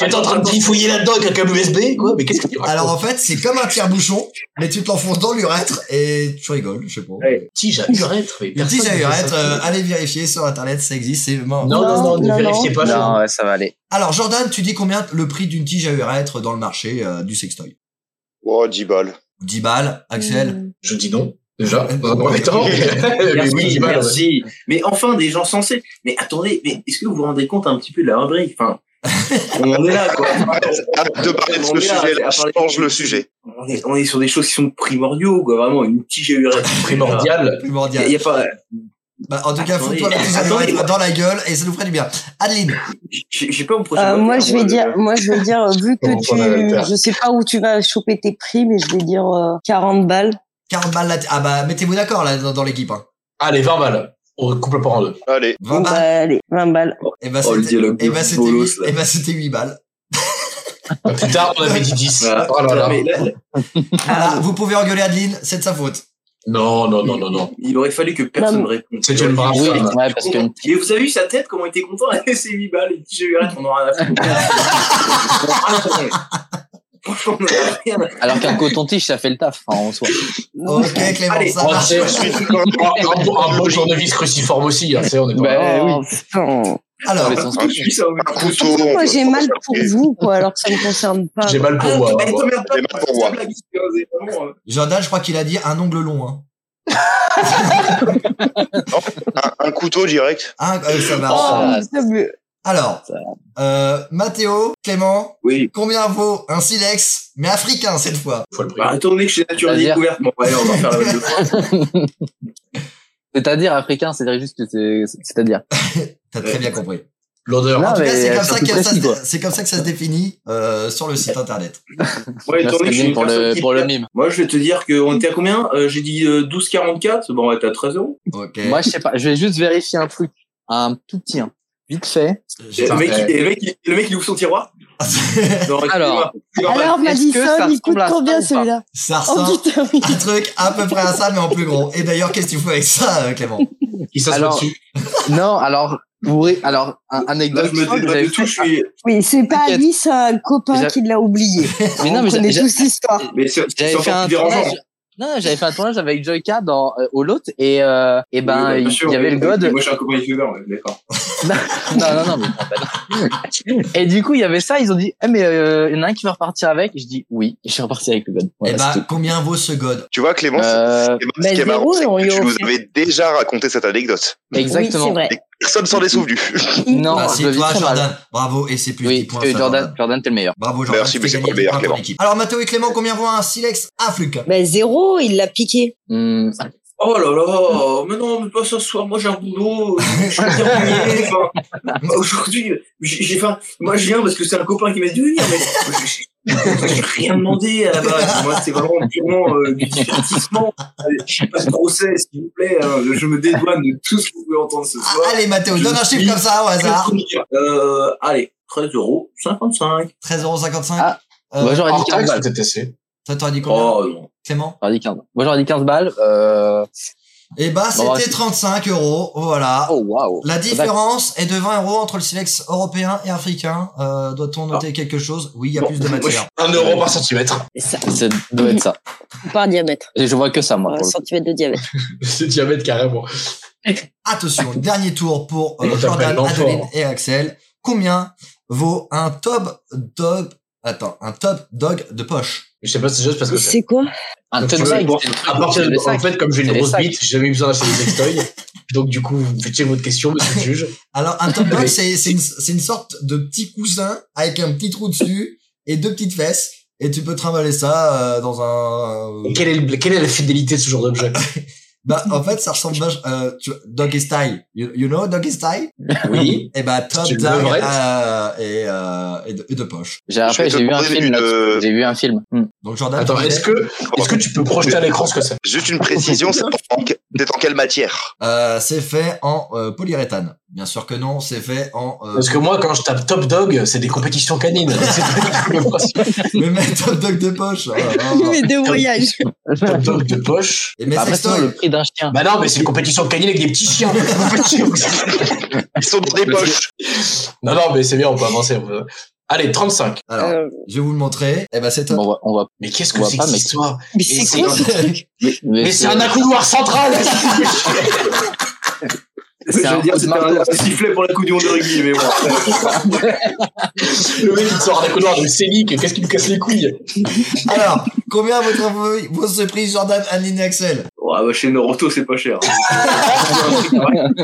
Speaker 3: tu es en train de trifouiller là-dedans avec un câble USB, quoi. Mais qu'est-ce que tu racontes
Speaker 2: Alors en fait, c'est comme un tire-bouchon, mais tu te l'enfonces dans l'urètre et tu rigoles, je sais pas.
Speaker 3: tige à urètre. mais
Speaker 2: Une
Speaker 3: personne
Speaker 2: tige à
Speaker 3: ne fait
Speaker 2: urètre,
Speaker 3: ça.
Speaker 2: euh, allez vérifier sur internet, ça existe, c'est
Speaker 5: euh,
Speaker 2: mort.
Speaker 3: Non, non, non, ne
Speaker 4: Non,
Speaker 3: vérifiez pas.
Speaker 6: Non, ouais, ça va aller.
Speaker 2: Alors Jordan, tu dis combien le prix d'une tige à urètre dans le marché euh, du sextoy
Speaker 9: Oh, 10 balles.
Speaker 2: 10 balles,
Speaker 4: Hmm.
Speaker 2: Axel
Speaker 3: Je, je dis non, déjà, dans un premier temps. Mais oui,
Speaker 5: Merci,
Speaker 3: dix balles, ouais.
Speaker 5: merci. Mais enfin, des gens sensés. Mais attendez, mais est-ce que vous vous rendez compte un petit peu de la rubrique Enfin, on en est là, quoi.
Speaker 9: Arrête de parler de
Speaker 5: On
Speaker 9: ce
Speaker 5: est là,
Speaker 9: sujet,
Speaker 5: à
Speaker 9: là,
Speaker 5: parler-
Speaker 9: change le sujet.
Speaker 5: On est, on est sur des choses qui sont primordiaux, quoi. Vraiment, une tige à urètre.
Speaker 3: Primordial.
Speaker 5: Il
Speaker 2: Primordial.
Speaker 5: y a pas.
Speaker 2: Bah, en tout cas,
Speaker 5: Attendez.
Speaker 2: fous-toi la tige à
Speaker 5: Attendez.
Speaker 2: urètre dans la gueule et ça nous ferait du bien. Adeline,
Speaker 5: J'ai j'ai pas mon prochain.
Speaker 4: Euh,
Speaker 5: mot à
Speaker 4: moi,
Speaker 5: faire,
Speaker 4: je vais
Speaker 5: le-
Speaker 4: dire, moi, je vais dire, euh, vu
Speaker 3: Comment
Speaker 4: que
Speaker 3: on va le faire
Speaker 4: tu, je sais pas où tu vas choper tes prix, mais je vais dire euh, 40 balles.
Speaker 2: 40 balles la t- Ah bah, mettez-vous d'accord là dans, dans l'équipe. Hein.
Speaker 3: Allez, 20 balles. On coupe le part en deux.
Speaker 9: Allez,
Speaker 2: 20
Speaker 4: Bon, bah,
Speaker 2: balles.
Speaker 4: allez, 20 balles.
Speaker 2: Et bah,
Speaker 5: Oh, le
Speaker 2: c'était
Speaker 5: dialogue
Speaker 2: eh
Speaker 5: de
Speaker 2: bah, c'était
Speaker 5: bolos,
Speaker 2: huit-
Speaker 5: là.
Speaker 2: eh bah, c'était 8 balles.
Speaker 3: Plus tard, on avait dit 10.
Speaker 5: Voilà.
Speaker 3: Oh là là.
Speaker 5: Mais là, là,
Speaker 2: Voilà, vous pouvez engueuler Adeline, c'est de sa faute.
Speaker 3: Non, non, non, non, non.
Speaker 5: Il aurait fallu que personne
Speaker 3: Non, mais-
Speaker 5: réponde.
Speaker 3: C'est une brave
Speaker 5: Il aurait
Speaker 3: femme.
Speaker 5: fallu-
Speaker 6: Ouais, parce que
Speaker 5: Mais vous avez vu sa tête, comment il était content C'est 8 balles. Il dit, j'ai eu rien, on aura rien à foutre. Franchement, on en a rien à-
Speaker 6: alors qu'un coton-tige ça fait le taf hein, en soi.
Speaker 2: Ok, Clément,
Speaker 5: Allez,
Speaker 2: ça
Speaker 3: Oh,
Speaker 2: marche.
Speaker 3: c'est- un, un, beau- un beau journaliste cruciforme aussi, hein, c'est- on est pas là.
Speaker 6: Bah,
Speaker 4: Oh,
Speaker 6: oui.
Speaker 4: putain.
Speaker 2: Alors,
Speaker 6: Mais sans
Speaker 9: Un
Speaker 5: Je suis ça, oui.
Speaker 9: un couteau.
Speaker 7: Pourquoi moi
Speaker 9: on-
Speaker 7: j'ai
Speaker 9: on-
Speaker 7: mal pour vous, quoi, alors que ça me concerne pas
Speaker 3: J'ai mal pour
Speaker 5: Ah,
Speaker 3: moi. hein,
Speaker 5: eh,
Speaker 3: moi.
Speaker 5: t'emmerdes pas,
Speaker 9: J'ai mal pour
Speaker 5: c'est
Speaker 9: moi.
Speaker 5: la blague, c'est vraiment, euh,
Speaker 2: Jordan, je crois qu'il a dit un ongle long. Hein.
Speaker 9: Un, un couteau direct.
Speaker 2: Ah, euh, ça
Speaker 4: Oh,
Speaker 2: marche.
Speaker 6: Ah,
Speaker 2: Alors,
Speaker 6: Ça.
Speaker 2: euh, Mathéo, Clément,
Speaker 5: Oui.
Speaker 2: combien vaut un silex, mais africain cette fois
Speaker 3: Faut le prix.
Speaker 5: Bah, étant donné que je suis nature
Speaker 6: C'est-à-dire
Speaker 5: découverte, bon, allez, on va faire la même deux fois.
Speaker 6: C'est-à-dire africain, c'est-à-dire juste que c'est- c'est-à-dire.
Speaker 2: T'as très bien compris.
Speaker 3: L'odeur.
Speaker 6: Non,
Speaker 2: En tout cas,
Speaker 6: mais euh,
Speaker 2: c'est comme, ça
Speaker 6: surtout
Speaker 2: que ça
Speaker 6: précis, quoi.
Speaker 2: se- c'est comme ça que ça se définit euh, sur le site internet.
Speaker 5: Ouais, étant
Speaker 6: Merci
Speaker 5: donné que je suis
Speaker 6: Kevin
Speaker 5: une
Speaker 6: pour
Speaker 5: personne
Speaker 6: le
Speaker 5: qui-
Speaker 6: pour le mime.
Speaker 5: Moi, je vais te dire qu'on était à combien Euh, J'ai dit euh, 12,44. Bon, ouais, t'es à 13 euros.
Speaker 2: Ok.
Speaker 6: Moi, je sais pas. Je vais juste vérifier un truc, un tout petit, un. vite fait.
Speaker 5: Et Le mec,
Speaker 3: Parfait.
Speaker 5: il, et le, mec, il, le mec, il ouvre son tiroir. Non, excusez-moi.
Speaker 6: Alors.
Speaker 5: C'est normal.
Speaker 7: Alors
Speaker 6: Est-ce que ça
Speaker 7: Madison, il coûte
Speaker 6: ressemble à ça ou
Speaker 7: combien
Speaker 6: pas
Speaker 7: celui-là
Speaker 2: ça
Speaker 7: Oh
Speaker 2: ressemble
Speaker 7: putain, oui.
Speaker 2: un truc à peu près à ça, mais en plus gros. Et d'ailleurs, qu'est-ce que tu fais avec ça, euh, Clément
Speaker 3: Il s'assoit
Speaker 6: Alors-
Speaker 3: dessus.
Speaker 6: Non, alors pour alors un,
Speaker 5: Là,
Speaker 6: anecdote.
Speaker 5: je me
Speaker 6: folle,
Speaker 5: débat
Speaker 6: j'avais
Speaker 5: de tout. Je
Speaker 6: fait-
Speaker 5: suis...
Speaker 7: Oui, c'est pas
Speaker 6: T'inquiète.
Speaker 7: lui, c'est un copain
Speaker 6: J'a-
Speaker 7: qui l'a oublié.
Speaker 6: Mais non, mais
Speaker 7: On connaît
Speaker 6: j'a-
Speaker 7: tous l'histoire.
Speaker 5: Mais c'est c'est
Speaker 6: J'avais
Speaker 5: encore
Speaker 6: fait un
Speaker 5: plus dérangeant.
Speaker 6: tournage. Non, non, j'avais fait un tournage avec Joyka dans euh, au Lot et euh, et ben
Speaker 5: Oui, bah, bien
Speaker 6: il
Speaker 5: sûr,
Speaker 6: y avait
Speaker 5: oui.
Speaker 6: le god.
Speaker 5: Moi, je suis un copain youtubeur, ouais, d'accord.
Speaker 6: non non non. Mais, non, bah, non. Et du coup il y avait ça, ils ont dit eh mais euh, il y en a un qui veut repartir avec. Je dis oui, je suis reparti avec le god.
Speaker 2: Eh
Speaker 6: Voilà,
Speaker 2: bah,
Speaker 6: c'est tout.
Speaker 2: combien vaut ce god
Speaker 9: Tu vois, Clément, c'est-
Speaker 6: Euh,
Speaker 9: c'est-
Speaker 4: mais
Speaker 9: ce qui est
Speaker 4: zéro,
Speaker 9: marrant, c'est
Speaker 4: on lui
Speaker 9: que
Speaker 4: a
Speaker 9: tu nous
Speaker 4: offert.
Speaker 9: avais déjà raconté cette anecdote.
Speaker 6: exactement.
Speaker 4: Oui, c'est vrai.
Speaker 9: Personne s'en est souvenu.
Speaker 6: Non,
Speaker 2: Bah,
Speaker 6: je
Speaker 2: C'est
Speaker 6: le vis
Speaker 2: toi,
Speaker 6: très mal.
Speaker 2: Jordan. Bravo, et c'est plus 10
Speaker 6: Oui,
Speaker 2: points.
Speaker 6: parce que
Speaker 2: ça,
Speaker 6: Jordan, Jordan, t'es le meilleur.
Speaker 2: Bravo, Jordan.
Speaker 9: Merci,
Speaker 2: tu fais
Speaker 9: mais c'est
Speaker 2: gagner
Speaker 9: pas le
Speaker 2: des
Speaker 9: meilleur,
Speaker 2: points pour
Speaker 9: Clément.
Speaker 2: l'équipe. Alors, Mathéo et Clément, combien vaut un silex africain
Speaker 4: Ben zéro, il l'a piqué.
Speaker 6: Hmm,
Speaker 5: Oh là là, mais non, mais pas ce soir. Moi, j'ai un boulot. Je suis terminé. Enfin, moi, Aujourd'hui, j'ai j'ai- enfin, Moi, je viens parce que c'est un copain qui m'a dit de venir. Mais j'ai- j'ai rien demandé à la base. Moi, c'est vraiment purement euh, du divertissement. Allez, Pas de procès, s'il vous plaît. hein. Je me dédouane de tout ce que vous pouvez entendre ce
Speaker 2: Ah,
Speaker 5: soir.
Speaker 2: Allez, Mathéo,
Speaker 5: Je
Speaker 2: donne un
Speaker 5: suis
Speaker 2: chiffre comme ça au hasard.
Speaker 5: Euh, allez, 13 euros 55.
Speaker 2: 13,55€.
Speaker 6: Ah.
Speaker 2: Euh,
Speaker 6: moi j'aurais
Speaker 3: En
Speaker 6: dit 15
Speaker 3: taxe,
Speaker 6: balles.
Speaker 3: TTC.
Speaker 2: Toi, t'aurais dit combien,
Speaker 5: Oh non.
Speaker 2: Clément
Speaker 6: J'aurais dit 15. Moi j'aurais dit 15 balles. Euh...
Speaker 2: Eh bah,
Speaker 6: Bon,
Speaker 2: c'était
Speaker 6: ouais.
Speaker 2: 35 euros. Voilà.
Speaker 6: Oh waouh.
Speaker 2: La différence est de 20 euros entre le silex européen et africain. Euh, Doit-on noter quelque chose Oui, il y a
Speaker 5: Bon,
Speaker 2: plus de
Speaker 5: moi,
Speaker 2: matière.
Speaker 3: Un euro par centimètre.
Speaker 4: Ça,
Speaker 6: Ça doit être ça.
Speaker 4: par diamètre.
Speaker 6: Et je vois que ça moi.
Speaker 4: Un
Speaker 6: pour le coup.
Speaker 4: centimètre de diamètre.
Speaker 3: C'est diamètre carrément.
Speaker 2: Attention, dernier tour pour euh,
Speaker 3: On
Speaker 2: Jordan,
Speaker 3: t'appelle l'enfant.
Speaker 2: Adeline et Axel. Combien vaut un top dog Attends, un top dog de poche
Speaker 3: Je sais pas si c'est juste parce que c'est.
Speaker 4: C'est quoi
Speaker 6: Un
Speaker 3: Donc,
Speaker 6: top
Speaker 3: tu vois,
Speaker 6: sac,
Speaker 3: bon,
Speaker 6: c'est le truc
Speaker 3: À
Speaker 6: où
Speaker 3: partir
Speaker 6: tu
Speaker 3: de...
Speaker 6: mets
Speaker 3: En
Speaker 6: sac.
Speaker 3: fait, comme j'ai une
Speaker 6: C'est les
Speaker 3: grosse
Speaker 6: sacs.
Speaker 3: bite, j'ai jamais eu besoin d'acheter des sextoys. Donc, du coup, vous faites votre question, monsieur le juge.
Speaker 2: Alors, un top dog,
Speaker 3: Mais-
Speaker 2: c'est c'est une, c'est une sorte de petit coussin avec un petit trou dessus et deux petites fesses. Et tu peux trimballer ça euh, dans un... euh,
Speaker 3: Et Quelle est, le- quelle est la fidélité de ce genre d'objet
Speaker 2: Bah, en fait, ça ressemble vach- euh, tu vois, Doggy Style. You, you know Doggy Style?
Speaker 3: Oui.
Speaker 2: Et bah, top
Speaker 3: C'est une
Speaker 2: dog,
Speaker 3: levrette.
Speaker 2: euh, et, euh, et, de, et de poche.
Speaker 6: J'ai
Speaker 9: Je vais
Speaker 6: après,
Speaker 9: te
Speaker 6: j'ai vu un
Speaker 9: demander
Speaker 6: film
Speaker 9: une,
Speaker 6: là-dessus.
Speaker 9: euh,
Speaker 6: J'ai vu un film. Hmm.
Speaker 2: Donc, Jordan.
Speaker 3: Attends,
Speaker 2: tu
Speaker 3: est-ce
Speaker 2: disais-
Speaker 3: que, est-ce que tu peux projeter à l'écran ce que c'est
Speaker 9: Juste une précision, c'est en, c'est en quelle matière
Speaker 2: Euh, c'est fait en euh, polyuréthane. Bien sûr que non, c'est fait en. Euh,
Speaker 3: Parce que moi, quand je tape Top Dog, c'est des compétitions canines. C'est pas le principe.
Speaker 2: le même top dog de poche. Oh, oh, oh.
Speaker 4: Mais de voyage.
Speaker 3: Top Dog de poche.
Speaker 2: Et mes
Speaker 6: Bah, Après, sinon,
Speaker 2: sextoys.
Speaker 6: le prix d'un chien.
Speaker 3: Bah non, mais c'est une compétition canine avec des petits chiens.
Speaker 9: Ils sont dans des poches.
Speaker 3: non, non, mais c'est bien, on peut avancer. on peut- Allez, 35.
Speaker 2: Alors,
Speaker 4: Euh,
Speaker 2: je vais vous le montrer. Eh ben, c'est top.
Speaker 6: Bon, on va- on va.
Speaker 3: Mais qu'est-ce
Speaker 6: On
Speaker 3: que
Speaker 6: voit
Speaker 3: c'est
Speaker 6: pas,
Speaker 3: que cette
Speaker 6: mec.
Speaker 3: histoire
Speaker 4: Mais
Speaker 3: Et
Speaker 4: c'est quoi
Speaker 3: c'est- Mais c'est un accoudoir central
Speaker 6: C'est un
Speaker 5: J'allais dire,
Speaker 6: coup de
Speaker 5: c'était
Speaker 6: marteau.
Speaker 5: un, un sifflet pour la Coupe du Monde de rugby, mais bon.
Speaker 3: Le mec, il te sort un accoudoir de Célic, qu'est-ce qui nous casse les couilles
Speaker 2: Alors, combien votre vaut- vaut ce prix, Jordan, Anine et Axel
Speaker 5: Ouais, bah, chez Naruto, c'est pas cher. hein.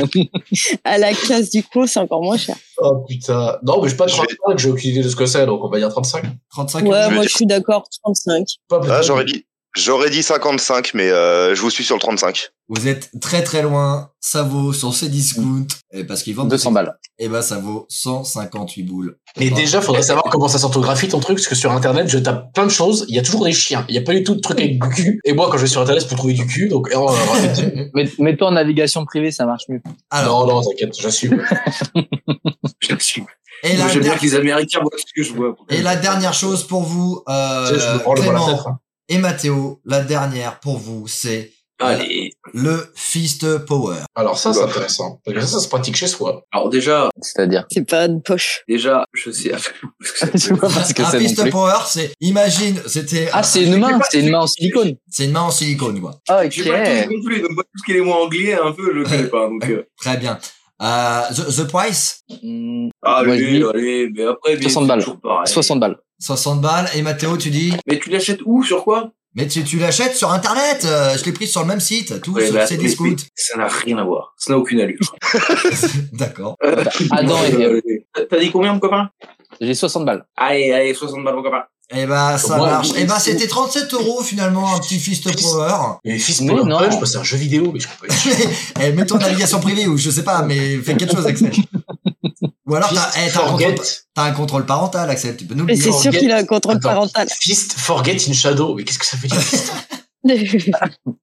Speaker 4: À la classe du coup, c'est encore moins cher.
Speaker 3: Oh putain. Non, mais je pas de
Speaker 9: Je vais-
Speaker 3: 35, j'ai aucune idée de ce que c'est, donc on va dire 35.
Speaker 2: 35 euros.
Speaker 4: Ouais,
Speaker 9: veux
Speaker 4: moi
Speaker 9: dire-
Speaker 4: je suis d'accord, 35.
Speaker 3: Pas plus
Speaker 9: Ah,
Speaker 3: tard.
Speaker 9: j'aurais dit, j'aurais dit 55, mais euh, je vous suis sur le 35.
Speaker 2: Vous êtes très très loin. Ça vaut sur ces discounts. Et parce qu'ils vendent.
Speaker 6: 200 balles.
Speaker 2: Et ben, ça vaut 158 boules.
Speaker 3: Mais
Speaker 2: Ah.
Speaker 3: déjà, faudrait savoir comment ça s'orthographie ton truc, parce que sur internet, je tape plein de choses, il y a toujours des chiens, il y a pas du tout de truc avec du cul. Et moi, quand je vais sur internet, pour trouver du cul, donc. eh, on va avoir-
Speaker 6: Mets- Mets-toi en navigation privée, ça marche mieux.
Speaker 2: Alors,
Speaker 3: non, non, t'inquiète,
Speaker 2: et
Speaker 3: j'assume.
Speaker 2: la,
Speaker 5: Moi, J'aime bien
Speaker 2: der-
Speaker 5: que les Américains voient ce que je vois.
Speaker 2: et la dernière chose pour vous,
Speaker 3: Tu sais, je
Speaker 2: euh,
Speaker 3: me branle dans la
Speaker 2: Clément
Speaker 3: tête. hein.
Speaker 2: et Mathéo, la dernière pour vous, c'est euh,
Speaker 5: Allez.
Speaker 2: Le fist power.
Speaker 3: Alors ça, c'est intéressant. Parce que ça, ça se pratique chez soi.
Speaker 5: Alors déjà,
Speaker 6: C'est-à-dire.
Speaker 4: C'est pas une poche.
Speaker 5: déjà, je sais absolument pas
Speaker 6: Je sais pas parce
Speaker 5: ce que ça veut dire.
Speaker 6: que
Speaker 2: un
Speaker 6: c'est non
Speaker 2: fist
Speaker 6: plus.
Speaker 2: power, c'est, imagine, c'était,
Speaker 6: Ah, c'est une main, c'est une main en silicone. Ah,
Speaker 2: c'est une main en silicone, quoi.
Speaker 6: Ok.
Speaker 5: J'ai pas tout compris, donc moi, tout ce qui est les mots anglais, un peu, je le connais pas. Donc, euh,
Speaker 2: Très bien. Euh, the, the price,
Speaker 6: Hmm,
Speaker 5: ah,
Speaker 6: Moi, je
Speaker 5: allez,
Speaker 6: dis
Speaker 5: allez, mais après, mais
Speaker 6: 60
Speaker 5: c'est
Speaker 6: balles.
Speaker 5: toujours pareil.
Speaker 6: 60 balles.
Speaker 2: 60 balles. Et Mathéo, tu dis,
Speaker 5: Mais tu l'achètes où Sur quoi
Speaker 2: mais tu, tu l'achètes sur Internet. euh, je l'ai pris sur le même site. Tout,
Speaker 5: Ouais,
Speaker 2: sur
Speaker 5: bah,
Speaker 2: c'est
Speaker 5: mais-
Speaker 2: des scouts.
Speaker 5: mais Ça n'a rien à voir. Ça n'a aucune allure.
Speaker 2: D'accord.
Speaker 6: Adam et Ève.
Speaker 5: et euh, T'as dit combien, mon copain
Speaker 6: J'ai 60 balles.
Speaker 5: Allez, allez, 60 balles, mon copain.
Speaker 2: Eh ben, ça
Speaker 3: Moi,
Speaker 2: marche.
Speaker 3: oui,
Speaker 2: Eh ben,
Speaker 3: c'est-
Speaker 2: c'était 37 euros, finalement, un petit fist power.
Speaker 3: Mais fils,
Speaker 6: Mais
Speaker 3: pour
Speaker 6: non.
Speaker 3: non. Punch, moi, c'est un jeu vidéo, mais je comprends pas.
Speaker 2: Eh, mets-toi en navigation privée ou je sais pas, mais fais quelque chose, Axel. Ou alors, t'as, eh,
Speaker 3: Fist,
Speaker 2: t'as, un contrôle,
Speaker 3: forget,
Speaker 2: t'as un contrôle parental, Axel, tu peux nous le
Speaker 4: Mais c'est
Speaker 2: dire.
Speaker 4: sûr qu'il a un contrôle
Speaker 3: Attends.
Speaker 4: parental.
Speaker 3: fist, forget in shadow. Mais qu'est-ce que ça veut dire fist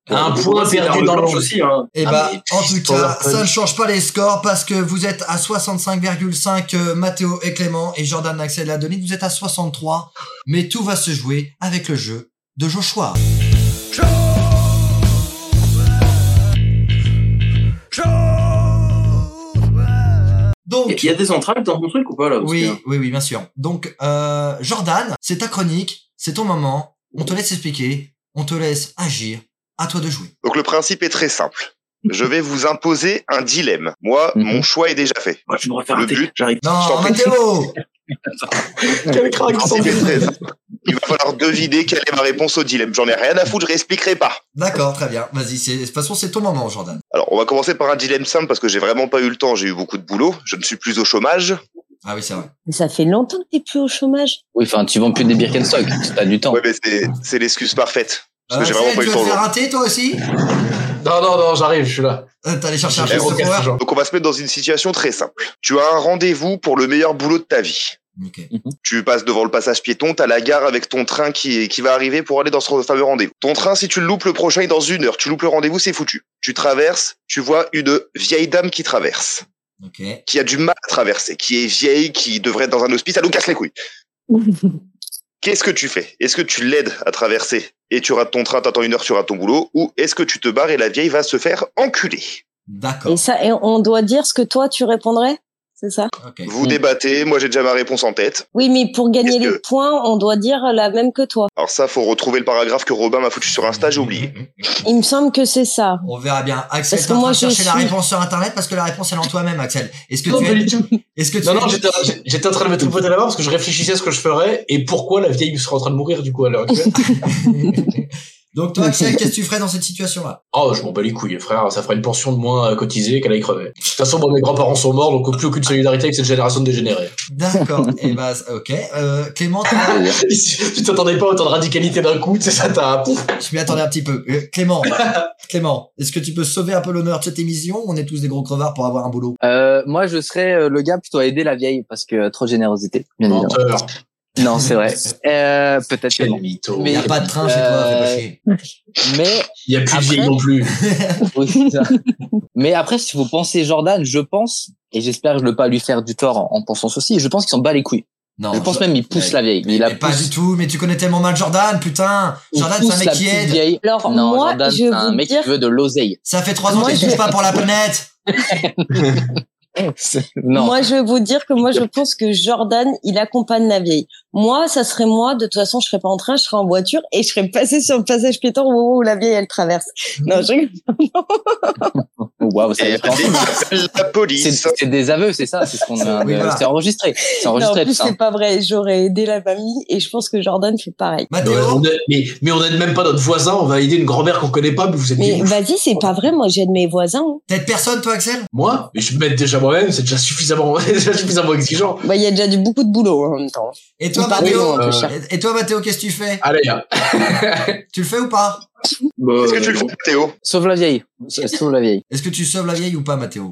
Speaker 3: Un
Speaker 5: Pour
Speaker 3: point
Speaker 5: moi, c'est
Speaker 3: perdu
Speaker 5: l'arme
Speaker 3: dans
Speaker 5: blanche
Speaker 3: l'ombre.
Speaker 5: aussi, hein.
Speaker 2: Eh
Speaker 3: Ah,
Speaker 2: bah,
Speaker 3: mais
Speaker 2: en tout
Speaker 3: fist
Speaker 2: cas,
Speaker 3: power
Speaker 2: ça ne
Speaker 3: punch.
Speaker 2: change pas les scores parce que vous êtes à 65,5 euh, Mathéo et Clément et Jordan, Axel et Adeline, vous êtes à 63. Mais tout va se jouer avec le jeu de Joshua. Donc,
Speaker 5: Il y a des entrailles dans ton truc ou pas, là parce
Speaker 2: Oui,
Speaker 5: que-
Speaker 2: oui, oui, bien sûr. Donc, euh, Jordan, c'est ta chronique, c'est ton moment. On te laisse expliquer, on te laisse agir. À toi de jouer.
Speaker 9: Donc le principe est très simple. Je vais vous imposer un dilemme. Moi,
Speaker 6: Mhm.
Speaker 9: mon choix est déjà fait.
Speaker 5: Moi, je me refais
Speaker 9: Le
Speaker 5: rater.
Speaker 9: but-
Speaker 5: J'arrive.
Speaker 9: Je t'en
Speaker 2: Non,
Speaker 9: prie.
Speaker 2: Mathéo
Speaker 9: Le principe est très simple. Il va falloir deviner quelle est ma réponse au dilemme. J'en ai rien à foutre, je réexpliquerai pas.
Speaker 2: D'accord, très bien. Vas-y, c'est- de toute façon, c'est ton moment, Jordan.
Speaker 9: Alors, on va commencer par un dilemme simple parce que j'ai vraiment pas eu le temps. J'ai eu beaucoup de boulot. Je ne suis plus au chômage.
Speaker 2: Ah oui, c'est vrai.
Speaker 4: Mais ça fait longtemps que t'es plus au chômage.
Speaker 6: Oui, enfin, tu vends plus des Birkenstock. T'as du temps.
Speaker 9: Ouais, mais c'est, c'est l'excuse parfaite. Parce
Speaker 2: Euh,
Speaker 9: que j'ai
Speaker 2: Axel,
Speaker 9: vraiment pas eu
Speaker 2: tu
Speaker 9: le
Speaker 2: vas te
Speaker 9: temps.
Speaker 2: faire rater, toi aussi
Speaker 3: Non, non, non, j'arrive, je suis là.
Speaker 2: Euh, T'as allé chercher un
Speaker 9: J'ai
Speaker 2: fist
Speaker 9: aucun
Speaker 2: power
Speaker 3: toujours.
Speaker 9: Donc, on va se mettre dans une situation très simple. Tu as un rendez-vous pour le meilleur boulot de ta vie.
Speaker 2: Ok.
Speaker 9: Tu passes devant le passage piéton, t'as la gare avec ton train qui, qui va arriver pour aller dans ce fameux rendez-vous. Ton train, si tu le loupes le prochain, il est dans une heure. Tu loupes le rendez-vous, c'est foutu. Tu traverses, tu vois une vieille dame qui traverse,
Speaker 2: Ok.
Speaker 9: qui a du mal à traverser, qui est vieille, qui devrait être dans un hospice, elle nous casse les couilles. Qu'est-ce que tu fais Est-ce que tu l'aides à traverser et tu rates ton train, t'attends une heure, tu rates ton boulot, ou est-ce que tu te barres et la vieille va se faire enculer
Speaker 2: D'accord.
Speaker 4: Et ça, et on doit dire ce que toi tu répondrais, c'est ça
Speaker 2: Ok.
Speaker 9: Vous
Speaker 6: Mm.
Speaker 9: débattez, moi j'ai déjà ma réponse en tête.
Speaker 4: Oui, mais pour gagner
Speaker 9: Qu'est-ce
Speaker 4: les points, on doit dire la même que toi.
Speaker 9: Alors ça, faut retrouver le paragraphe que Robin m'a foutu sur Insta, j'ai oublié.
Speaker 4: Il me semble que c'est ça.
Speaker 2: Mm, On verra bien. Axel,
Speaker 4: Parce
Speaker 2: t'es
Speaker 4: que
Speaker 2: en train
Speaker 4: moi,
Speaker 2: de chercher
Speaker 4: je
Speaker 2: la
Speaker 4: suis-
Speaker 2: réponse sur Internet parce que la réponse, elle est en toi-même, Axel. Est-ce que
Speaker 3: Non,
Speaker 2: tu
Speaker 3: pas
Speaker 2: es...
Speaker 3: du tout.
Speaker 2: Est-ce que tu
Speaker 3: Non, non,
Speaker 2: es-
Speaker 3: j'étais j'étais en train de me tripoter la barre parce que je réfléchissais à ce que je ferais et pourquoi la vieille serait en train de mourir du coup à l'heure actuelle.
Speaker 2: Donc, toi, Axel, qu'est-ce que tu ferais dans cette situation-là
Speaker 3: Oh, je m'en bats les couilles, frère. Ça fera une pension de moins à cotiser qu'elle aille crever. De toute façon, bon, mes grands-parents sont morts, donc plus aucune solidarité avec cette génération de dégénérés.
Speaker 2: D'accord. Et bah, ok. Euh, Clément, toi,
Speaker 3: tu t'attendais pas à autant de radicalité d'un coup, tu sais, ça t'a... Pouf
Speaker 2: Je m'y attendais un petit peu. Euh, Clément, Clément, est-ce que tu peux sauver un peu l'honneur de cette émission On est tous des gros crevards pour avoir un boulot.
Speaker 6: Euh, moi, je serais euh, le gars plutôt à aider la vieille parce que euh, trop de générosité. Bien évidemment.
Speaker 3: Menteur.
Speaker 6: Non, c'est vrai. Euh, peut-être que
Speaker 3: Quel
Speaker 6: non.
Speaker 3: mytho.
Speaker 2: Il
Speaker 6: Mais-
Speaker 2: n'y a pas de train chez toi, fais pas chier.
Speaker 6: Mais
Speaker 3: Il y a plus
Speaker 6: Après-
Speaker 3: de vieille non plus.
Speaker 6: Oui, c'est ça. Mais après, si vous pensez Jordan, je pense, et j'espère ne pas lui faire du tort en, en pensant ceci, je pense qu'il s'en bat les couilles.
Speaker 2: Non,
Speaker 6: je pense même qu'il pousse
Speaker 2: mais-
Speaker 6: la vieille. Il la
Speaker 2: mais pas
Speaker 6: pousse.
Speaker 2: du tout, mais tu connais tellement mal Jordan, putain
Speaker 6: il
Speaker 2: Jordan, c'est un
Speaker 6: pousse
Speaker 2: mec
Speaker 6: la
Speaker 2: qui
Speaker 6: petite
Speaker 2: aide
Speaker 6: vieille.
Speaker 4: Alors
Speaker 6: Non,
Speaker 4: moi,
Speaker 6: Jordan,
Speaker 4: je
Speaker 6: c'est un
Speaker 4: veux
Speaker 6: mec
Speaker 4: dire,
Speaker 6: qui veut de l'oseille.
Speaker 2: Ça fait trois ans
Speaker 4: Moi,
Speaker 2: qu'il
Speaker 4: je-
Speaker 2: bouge pas pour la planète
Speaker 6: C'est- non.
Speaker 4: Eh, moi je veux vous dire que moi je pense que Jordan, il accompagne la vieille. Moi, ça serait moi. De toute façon, je serais pas en train, je serais en voiture et je serais passé sur le passage piéton au moment où la vieille elle traverse. Non, je rigole.
Speaker 6: Waouh, ça
Speaker 2: Eh,
Speaker 9: Et
Speaker 6: dépend.
Speaker 9: la
Speaker 6: c'est
Speaker 9: police.
Speaker 6: c'est des aveux, c'est ça, c'est ce qu'on a.
Speaker 2: Oui, voilà.
Speaker 6: C'est enregistré, c'est
Speaker 4: Non, en
Speaker 6: enregistré.
Speaker 4: plus
Speaker 6: tout ça.
Speaker 4: c'est pas vrai. J'aurais aidé la famille et je pense que Jordan fait pareil.
Speaker 3: Mais
Speaker 2: Mathéo
Speaker 3: on, aide- mais, mais on aide même pas notre voisin, on va aider une grand-mère qu'on connaît pas, mais vous êtes des
Speaker 4: Mais
Speaker 3: oufs.
Speaker 4: vas-y, c'est pas vrai. Moi, j'aide mes voisins. hein.
Speaker 2: T'aides personne, toi, Axel
Speaker 3: Moi, mais je m'aide déjà moi-même, c'est déjà suffisamment, c'est déjà suffisamment exigeant.
Speaker 4: Bah, il y a déjà du, beaucoup de boulot hein, en même temps.
Speaker 2: Et toi,
Speaker 4: Il
Speaker 6: Ah
Speaker 4: parle
Speaker 2: Mathéo
Speaker 4: long, un peu,
Speaker 3: euh,
Speaker 4: cher.
Speaker 2: Et- Et toi, Mathéo, qu'est-ce que tu fais
Speaker 3: Allez, hein.
Speaker 2: Tu le fais ou pas
Speaker 5: Bah,
Speaker 9: Est-ce que tu le
Speaker 5: euh,
Speaker 9: fais, Théo
Speaker 6: Sauve la vieille, sauve la vieille.
Speaker 2: Est-ce que tu sauves la vieille ou pas, Mathéo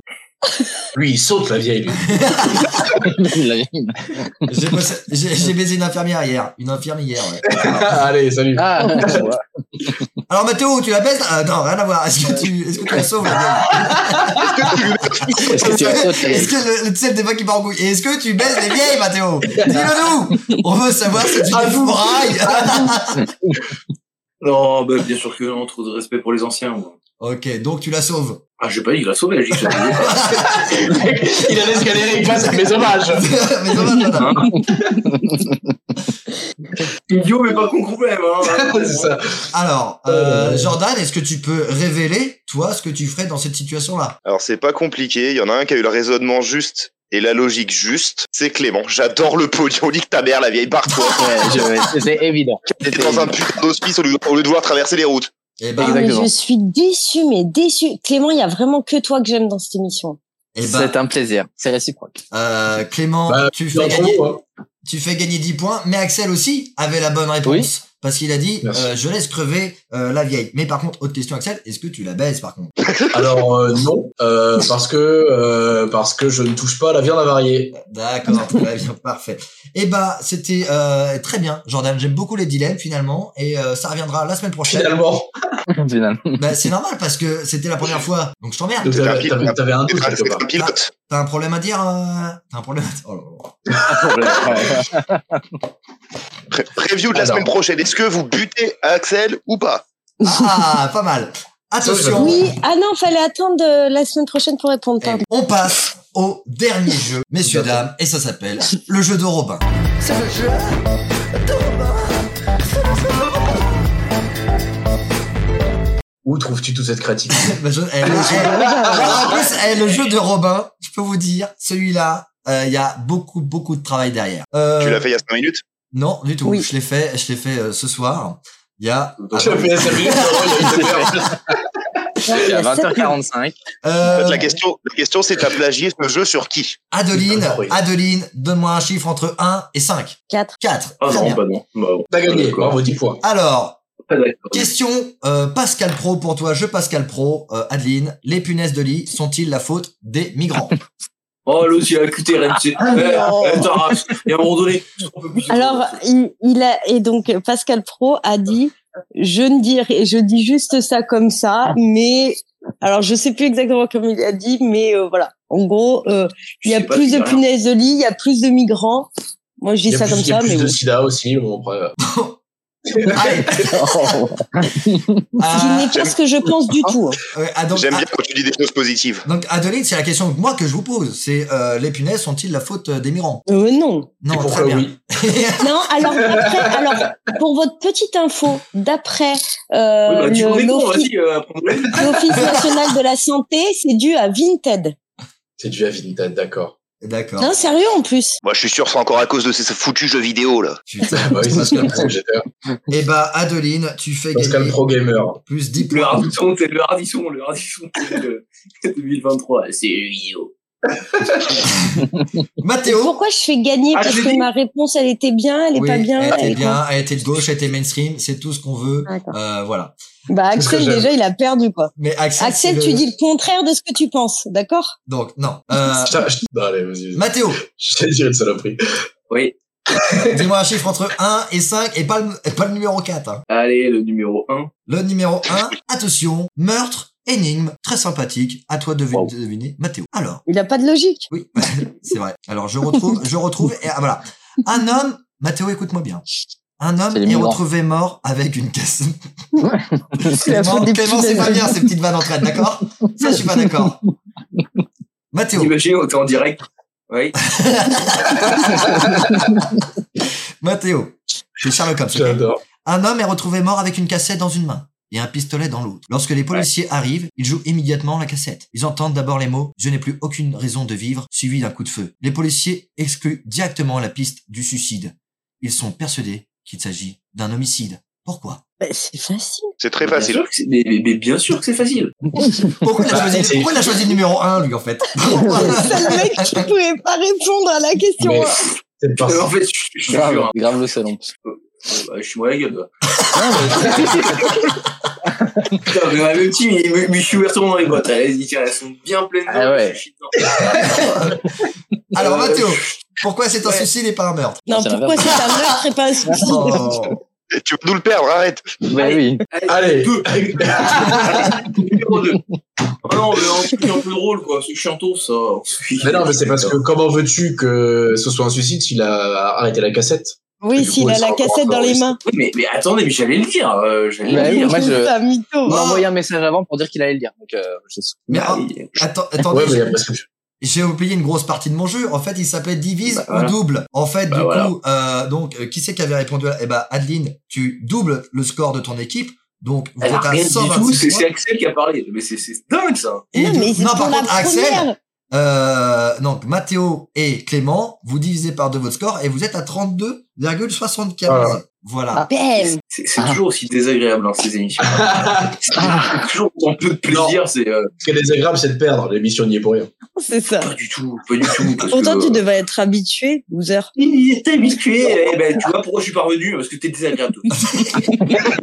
Speaker 3: lui, il saute la vieille, lui.
Speaker 6: La vieille.
Speaker 2: J'ai bossé- J'ai j'ai baisé une infirmière hier. Une infirmière, ouais.
Speaker 3: Allez, salut.
Speaker 6: Ah,
Speaker 2: Alors, Mathéo, tu la baises Euh, Non, rien à voir. Est-ce que tu, est-ce que tu la sauves, la
Speaker 6: Ah,
Speaker 2: vieille
Speaker 6: est-ce que tu la sautes, la
Speaker 2: Est-ce
Speaker 6: vieille
Speaker 2: que le, tu sais, le débat qui part en couille. Et Est-ce que tu baises les vieilles, Mathéo Dis-le nous On veut savoir si tu
Speaker 3: À
Speaker 2: te
Speaker 3: nous.
Speaker 2: fourrailles.
Speaker 5: Non, bah, bien sûr que non, trop de respect pour les anciens. moi.
Speaker 2: Ok, donc tu la sauves.
Speaker 5: Ah, j'ai pas dit, il a sauvé, j'ai dit que ça faisait pas.
Speaker 3: il a laissé galérer, il passe à mes hommages.
Speaker 2: Mais dommage, madame.
Speaker 5: Idiot, mais pas con quand même, hein.
Speaker 3: C'est ça.
Speaker 2: Alors, euh, Jordan, est-ce que tu peux révéler, toi, ce que tu ferais dans cette situation-là
Speaker 9: Alors c'est pas compliqué, il y en a un qui a eu le raisonnement juste et la logique juste, c'est Clément. J'adore le pognon, nique ta mère la vieille barre-toi.
Speaker 6: Ouais, je- C'était évident.
Speaker 9: T'es dans un putain d'hospice au lieu au lieu de voir traverser les routes.
Speaker 2: Eh
Speaker 4: Ah,
Speaker 2: ben,
Speaker 4: mais
Speaker 6: Exactement.
Speaker 4: je suis déçue, mais déçue. Clément, il y a vraiment que toi que j'aime dans cette émission.
Speaker 2: eh ben,
Speaker 6: C'est un plaisir. C'est réciproque.
Speaker 2: euh, Clément,
Speaker 3: Bah,
Speaker 2: tu
Speaker 3: Il est
Speaker 2: fais
Speaker 3: en
Speaker 2: gagner,
Speaker 3: trop, hein.
Speaker 2: tu fais gagner 10 points, mais Axel aussi avait la bonne réponse. Parce qu'il a dit,
Speaker 3: Merci.
Speaker 2: euh, je laisse crever euh, la vieille. Mais par contre, autre question, Axel, est-ce que tu la baises par contre
Speaker 3: Alors euh, non, euh, parce que euh, parce que je ne touche pas la viande avariée.
Speaker 2: D'accord, très bien, parfait. Eh ben, c'était euh, très bien, Jordan. J'aime beaucoup les dilemmes finalement, et euh, ça reviendra la semaine prochaine.
Speaker 3: Finalement,
Speaker 6: Finalement.
Speaker 2: Bah, c'est normal parce que c'était la première fois, donc je t'emmerde.
Speaker 3: donc
Speaker 9: C'est un
Speaker 3: t'avais
Speaker 9: pil-
Speaker 3: t'avais- t'avais un doute
Speaker 9: C'est un-
Speaker 3: quelque
Speaker 9: c'est
Speaker 3: part.
Speaker 9: un pilote.
Speaker 2: T'as un problème à dire euh, T'as un problème à dire oh là là.
Speaker 9: Pré- Preview de la
Speaker 3: Alors.
Speaker 9: semaine prochaine. Est-ce que vous butez Axel ou pas
Speaker 2: Ah, pas mal. Attention,
Speaker 4: Oui, ah non, fallait attendre euh, la semaine prochaine pour répondre. Pardon.
Speaker 2: on passe au dernier jeu, messieurs,
Speaker 3: Tout à fait.
Speaker 2: dames, et ça s'appelle le jeu de Robin.
Speaker 8: C'est le jeu de Robin. C'est le jeu de Robin.
Speaker 3: Où trouves-tu toute cette créativité
Speaker 2: Bah, je- eh, là, eh,
Speaker 4: Ah,
Speaker 2: alors, en plus, eh, le jeu de Robin, je peux vous dire, celui-là, euh, il y a beaucoup, beaucoup de travail derrière. Euh,
Speaker 9: Tu l'as fait il y a 5 minutes
Speaker 2: Non, du tout.
Speaker 4: Oui.
Speaker 2: Je l'ai fait, je l'ai fait euh, ce soir. Il y a.
Speaker 3: Je le fais, ça fait une heure,
Speaker 4: Il y
Speaker 6: à
Speaker 4: a sept-
Speaker 6: 20h45.
Speaker 9: En fait,
Speaker 2: Euh,
Speaker 9: La question, la question c'est t'as plagié ce jeu sur qui
Speaker 2: Adeline,
Speaker 3: Incroyable.
Speaker 2: Adeline, donne-moi un chiffre entre 1 et 5.
Speaker 4: Quatre.
Speaker 2: 4.
Speaker 5: Ah non, bah non. Bah,
Speaker 3: T'as gagné,
Speaker 5: D'accord.
Speaker 3: bravo, 10 points.
Speaker 2: Alors,
Speaker 5: pas d'accord.
Speaker 2: question euh, Pascal Pro pour toi, je Pascal Pro, euh, Adeline, les punaises de lit sont-ils la faute des migrants
Speaker 5: Oh, l'autre, il a cuté RMC. Eh, Attends, et à un moment donné, on peut plus.
Speaker 4: Ah, Alors, il, il a et donc euh, Pascal Pro a dit, je ne dirai, je dis juste ça comme ça, mais alors je sais plus exactement comme il a dit, mais euh, voilà. En gros, euh, il y a
Speaker 5: Je sais pas,
Speaker 4: plus
Speaker 5: tu dis
Speaker 4: de
Speaker 5: rien.
Speaker 4: punaises de lit, il y a plus de migrants. Moi, je dis
Speaker 3: Il y a
Speaker 4: ça
Speaker 3: plus,
Speaker 4: comme
Speaker 3: il y a
Speaker 4: ça,
Speaker 3: plus
Speaker 4: mais
Speaker 3: de
Speaker 4: oui.
Speaker 3: sida aussi, bon, après. euh.
Speaker 2: Allez,
Speaker 6: Oh,
Speaker 4: Ce qui
Speaker 2: euh,
Speaker 4: n'est pas ce que je pense du tout. hein.
Speaker 2: ouais, ah, donc,
Speaker 9: J'aime
Speaker 2: ah,
Speaker 9: bien quand tu dis des choses positives.
Speaker 2: donc, Adeline, c'est la question que moi que je vous pose, c'est euh, les punaises sont-ils la faute euh, des migrants
Speaker 4: Euh, non.
Speaker 2: Non,
Speaker 3: Et
Speaker 2: très
Speaker 3: pourquoi
Speaker 2: bien.
Speaker 3: oui
Speaker 4: Non, alors après, alors pour votre petite info, d'après
Speaker 5: Ouais,
Speaker 4: euh,
Speaker 5: bah, tu
Speaker 4: le-
Speaker 5: en es con,
Speaker 4: l'Office
Speaker 5: vas-y, euh, prends-le.
Speaker 4: l'Office national de la santé, c'est dû à Vinted.
Speaker 3: C'est du Avinted, d'accord.
Speaker 2: D'accord.
Speaker 4: Non, sérieux en plus.
Speaker 9: Moi, je suis sûr, c'est encore à cause de ces ces foutus jeux vidéo là.
Speaker 2: Putain.
Speaker 3: Bah oui, Pascal Pro, j'ai peur.
Speaker 2: Eh bah, Adeline, tu fais
Speaker 3: Pascal
Speaker 2: gagner
Speaker 3: Pro Gamer.
Speaker 2: plus 10
Speaker 5: Le
Speaker 2: points.
Speaker 5: hardisson, c'est le hardisson, le hardisson de 2023. C'est Yu-Gi-Oh!
Speaker 2: Mathéo
Speaker 4: Pourquoi je fais gagner
Speaker 5: Ah,
Speaker 4: Parce
Speaker 5: je l'ai
Speaker 4: que
Speaker 5: dit.
Speaker 4: ma réponse, elle était bien, elle est
Speaker 2: Oui,
Speaker 4: pas bien.
Speaker 2: elle était
Speaker 4: elle est
Speaker 2: bien, elle était de gauche, elle était mainstream, c'est tout ce qu'on veut.
Speaker 4: con. Attends.
Speaker 2: Euh, voilà.
Speaker 4: Bah
Speaker 3: C'est ce que
Speaker 4: Axel,
Speaker 3: j'aime.
Speaker 4: déjà, il a perdu quoi.
Speaker 2: Mais Axel,
Speaker 4: Axel,
Speaker 2: c'est
Speaker 4: tu
Speaker 2: le-
Speaker 4: dis le contraire de ce que tu penses, d'accord
Speaker 2: Donc, non. Euh,
Speaker 3: Putain, je- non, allez, vas-y.
Speaker 2: Mathéo,
Speaker 3: Je t'ai dit une saloperie.
Speaker 5: Oui.
Speaker 2: dis-moi un chiffre entre 1 et 5 et pas le, et pas le numéro 4. hein.
Speaker 5: Allez, le numéro 1.
Speaker 2: Le numéro 1, attention, meurtre, énigme, très sympathique. À toi de devi-
Speaker 6: Wow.
Speaker 2: de deviner, Mathéo. Alors,
Speaker 4: Il a pas de logique.
Speaker 2: oui, c'est vrai. Alors, je retrouve, je retrouve, et ah, voilà. Un homme, Mathéo, écoute-moi bien. Un homme
Speaker 6: C'est les
Speaker 2: est
Speaker 6: migrants.
Speaker 2: retrouvé mort avec une caisse.
Speaker 4: C'est la
Speaker 2: Clément,
Speaker 4: faute des
Speaker 2: Clément,
Speaker 4: petits
Speaker 2: c'est pas
Speaker 4: déjeuners.
Speaker 2: bien ces petites vannes entraide, d'accord Ça, je suis pas d'accord. Mathéo,
Speaker 5: T'imagines, on était en direct. Oui.
Speaker 2: Mathéo, je suis Sherlock Holmes. ok
Speaker 3: J'adore.
Speaker 2: Un homme est retrouvé mort avec une cassette dans une main et un pistolet dans l'autre. Lorsque les policiers arrivent, ils jouent immédiatement la cassette. Ils entendent d'abord les mots ⁇ Je n'ai plus aucune raison de vivre ⁇ suivi d'un coup de feu. Les policiers excluent directement la piste du suicide. Ils sont persuadés qu'il s'agit d'un homicide. Pourquoi
Speaker 4: Bah, c'est facile.
Speaker 9: C'est très
Speaker 5: Bien
Speaker 9: facile.
Speaker 5: sûr que c'est- Mais, mais- mais bien sûr que c'est facile.
Speaker 2: Pourquoi il a
Speaker 3: Bah,
Speaker 2: choisi,
Speaker 3: c'est-
Speaker 2: pourquoi il a choisi le numéro 1, lui, en fait
Speaker 4: C'est le mec qui pouvait pas répondre à la question.
Speaker 3: Mais
Speaker 4: hein.
Speaker 3: c'est parce
Speaker 5: Euh, en fait, je je suis sûr.
Speaker 6: Grave,
Speaker 5: hein.
Speaker 6: grave le salon.
Speaker 5: Euh, bah, je suis moi la gueule. toi.
Speaker 6: Ah,
Speaker 5: Putain, mais le petit, mais, mais, mais je suis ouvert tout le monde dans les boîtes. Allez-y, tiens, elles sont bien pleines.
Speaker 6: Ah ouais.
Speaker 5: Je suis Euh, dedans.
Speaker 2: Alors,
Speaker 5: Euh,
Speaker 2: Mathéo, pourquoi c'est un
Speaker 5: ouais.
Speaker 2: suicide et pas un meurtre
Speaker 4: Non,
Speaker 6: c'est
Speaker 4: pourquoi c'est un meurtre et pas un suicide
Speaker 2: Oh.
Speaker 9: Tu vas nous le perdre, arrête.
Speaker 6: Bah oui.
Speaker 3: Allez.
Speaker 5: Deux. Numéro 2. Ah non, mais un truc un peu drôle, quoi. C'est chiantos, ça.
Speaker 3: Mais non, mais c'est parce que comment veux-tu que ce soit un suicide s'il a arrêté la cassette
Speaker 4: Oui,
Speaker 5: Du
Speaker 4: s'il
Speaker 5: coup,
Speaker 4: a
Speaker 5: ils
Speaker 4: la
Speaker 5: sont
Speaker 4: cassette dans
Speaker 5: encore-
Speaker 4: les mains.
Speaker 5: Oui, mais, mais attendez, mais j'allais le dire. euh, j'allais
Speaker 6: Bah
Speaker 5: le
Speaker 6: oui,
Speaker 5: dire.
Speaker 6: moi, je-
Speaker 4: Putain, mytho.
Speaker 6: On m'a envoyé un message avant pour dire qu'il allait le dire. Donc, euh, je sais.
Speaker 2: Mais
Speaker 5: Bah
Speaker 2: ah,
Speaker 5: oui.
Speaker 2: atten-
Speaker 3: Ouais,
Speaker 2: attendez,
Speaker 3: mais il y a prescription.
Speaker 2: j'ai oublié une grosse partie de mon jeu. En fait, il s'appelait divise
Speaker 5: Bah,
Speaker 2: ou
Speaker 5: voilà.
Speaker 2: double. En fait,
Speaker 5: Bah,
Speaker 2: du
Speaker 5: voilà.
Speaker 2: coup, euh, donc euh, qui c'est qui avait répondu à... Eh ben, Adeline, tu doubles le score de ton équipe. Donc vous
Speaker 5: Elle a
Speaker 2: êtes à
Speaker 5: rien dit du tout,
Speaker 2: 126
Speaker 5: c'est
Speaker 2: points.
Speaker 5: c'est Axel qui a parlé. Mais c'est c'est dingue ça.
Speaker 2: Et
Speaker 4: non,
Speaker 2: du-
Speaker 4: mais c'est
Speaker 2: non,
Speaker 4: pour
Speaker 2: par
Speaker 4: la
Speaker 2: contre, Axel,
Speaker 4: première.
Speaker 2: euh, donc Mathéo et Clément, vous divisez par deux votre score et vous êtes à 32,75. Voilà.
Speaker 3: Voilà.
Speaker 2: ah,
Speaker 4: Bam.
Speaker 5: C'est c'est toujours aussi désagréable, hein, ces émissions. C'est toujours autant peu de plaisir, c'est euh,
Speaker 3: Ce qui est désagréable, c'est de perdre. L'émission n'y est pour rien.
Speaker 4: C'est ça.
Speaker 5: pas du tout, pas du tout. Parce
Speaker 4: Pourtant,
Speaker 5: que,
Speaker 4: tu devais être habitué, loser.
Speaker 5: Il était habitué. Eh ben, tu vois pourquoi je suis pas revenu Parce que t'es désagréable. toi.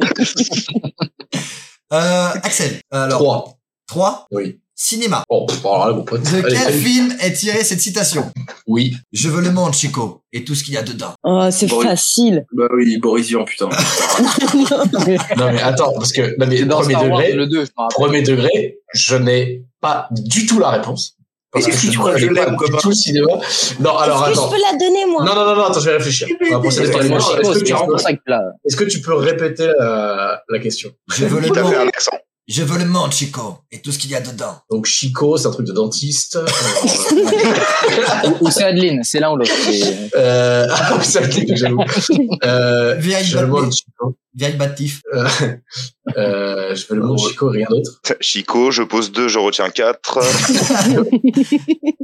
Speaker 5: Ah.
Speaker 2: Euh, Axel, alors.
Speaker 3: Trois.
Speaker 2: 3.
Speaker 3: Oui.
Speaker 2: Cinéma.
Speaker 3: Oh, pff, alors là, mon pote.
Speaker 2: De
Speaker 3: Allez,
Speaker 2: quel
Speaker 3: salut.
Speaker 2: film est tirée cette citation
Speaker 3: Oui.
Speaker 2: Je veux le monde, Chico, et tout ce qu'il y a dedans.
Speaker 4: Oh, c'est
Speaker 5: Bon, oui.
Speaker 4: facile.
Speaker 5: Bah oui, Boris Vian, putain.
Speaker 3: Non, mais attends, parce que, non, mais
Speaker 6: C'est dans
Speaker 3: premier
Speaker 6: Star Wars,
Speaker 3: degré,
Speaker 6: le 2, je m'en rappelle.
Speaker 3: premier degré, je n'ai pas du tout la réponse. Parce
Speaker 5: Et
Speaker 3: que
Speaker 5: si
Speaker 3: je
Speaker 5: tu
Speaker 3: ne
Speaker 5: crois que je
Speaker 3: connais
Speaker 5: l'aime,
Speaker 3: pas du
Speaker 5: copain
Speaker 3: tout le cinéma. Non, alors
Speaker 4: Est-ce que je
Speaker 3: attends.
Speaker 4: peux la donner, moi
Speaker 3: Non, non, non, non, attends, je vais réfléchir. On va procéder par les
Speaker 6: C'est
Speaker 3: manches.
Speaker 6: Chico,
Speaker 3: Est-ce que
Speaker 6: c'est
Speaker 3: tu
Speaker 6: vraiment
Speaker 3: peux-
Speaker 6: pour ça que là.
Speaker 3: Est-ce que tu peux répéter la, la question
Speaker 2: Je veux le
Speaker 9: Tout à fait
Speaker 2: monde.
Speaker 9: un accent.
Speaker 2: Je veux le monde, Chico, et tout ce qu'il y a dedans.
Speaker 3: Donc Chico, c'est un truc de dentiste.
Speaker 6: Ou c'est Adeline, c'est l'un ou l'autre. C'est-
Speaker 3: euh, ah, oui, ça clique, j'avoue. Euh,
Speaker 2: Vieille
Speaker 3: je veux le
Speaker 2: Batman.
Speaker 3: monde Chico.
Speaker 2: Vieille Batif.
Speaker 3: Euh, je veux le monde Chico, rien d'autre.
Speaker 9: Chico, je pose deux, je retiens quatre.
Speaker 3: Je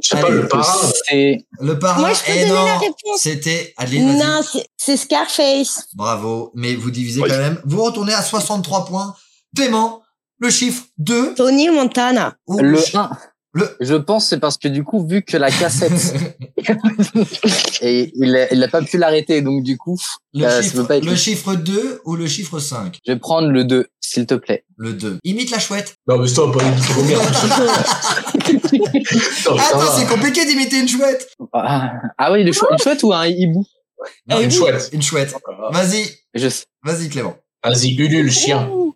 Speaker 3: sais pas
Speaker 2: Allez.
Speaker 3: le parrain.
Speaker 6: C'est
Speaker 2: Le parrain
Speaker 4: Moi, je peux
Speaker 2: est
Speaker 4: donner
Speaker 2: eh non.
Speaker 4: la réponse.
Speaker 2: C'était Adeline. vas-y.
Speaker 4: Non, c'est- c'est Scarface.
Speaker 2: Bravo. Mais vous divisez
Speaker 9: Oui.
Speaker 2: quand même. Vous retournez à 63 points. Clément, le chiffre 2.
Speaker 4: Tony Montana.
Speaker 6: le 1.
Speaker 2: Le-
Speaker 6: Je pense c'est parce que du coup, vu que la cassette, et il a, il a pas pu l'arrêter, donc du coup,
Speaker 2: Le,
Speaker 6: euh, ça
Speaker 2: chiffre,
Speaker 6: peut pas être.
Speaker 2: le chiffre 2 ou le chiffre 5
Speaker 6: Je vais prendre le 2, s'il te plaît.
Speaker 2: Le 2. Imite la chouette.
Speaker 3: Non mais stop, on est dit trop merde. Putain, mais ça
Speaker 2: Attends,
Speaker 3: va.
Speaker 2: c'est compliqué d'imiter une chouette.
Speaker 6: Ah, ah oui, le chou- une chouette ou un hibou
Speaker 3: Non, une chouette.
Speaker 2: Une chouette.
Speaker 3: Ah.
Speaker 2: Vas-y,
Speaker 6: Je sais.
Speaker 2: vas-y Clément.
Speaker 3: Vas-y, ulule, chien.
Speaker 4: Ouh.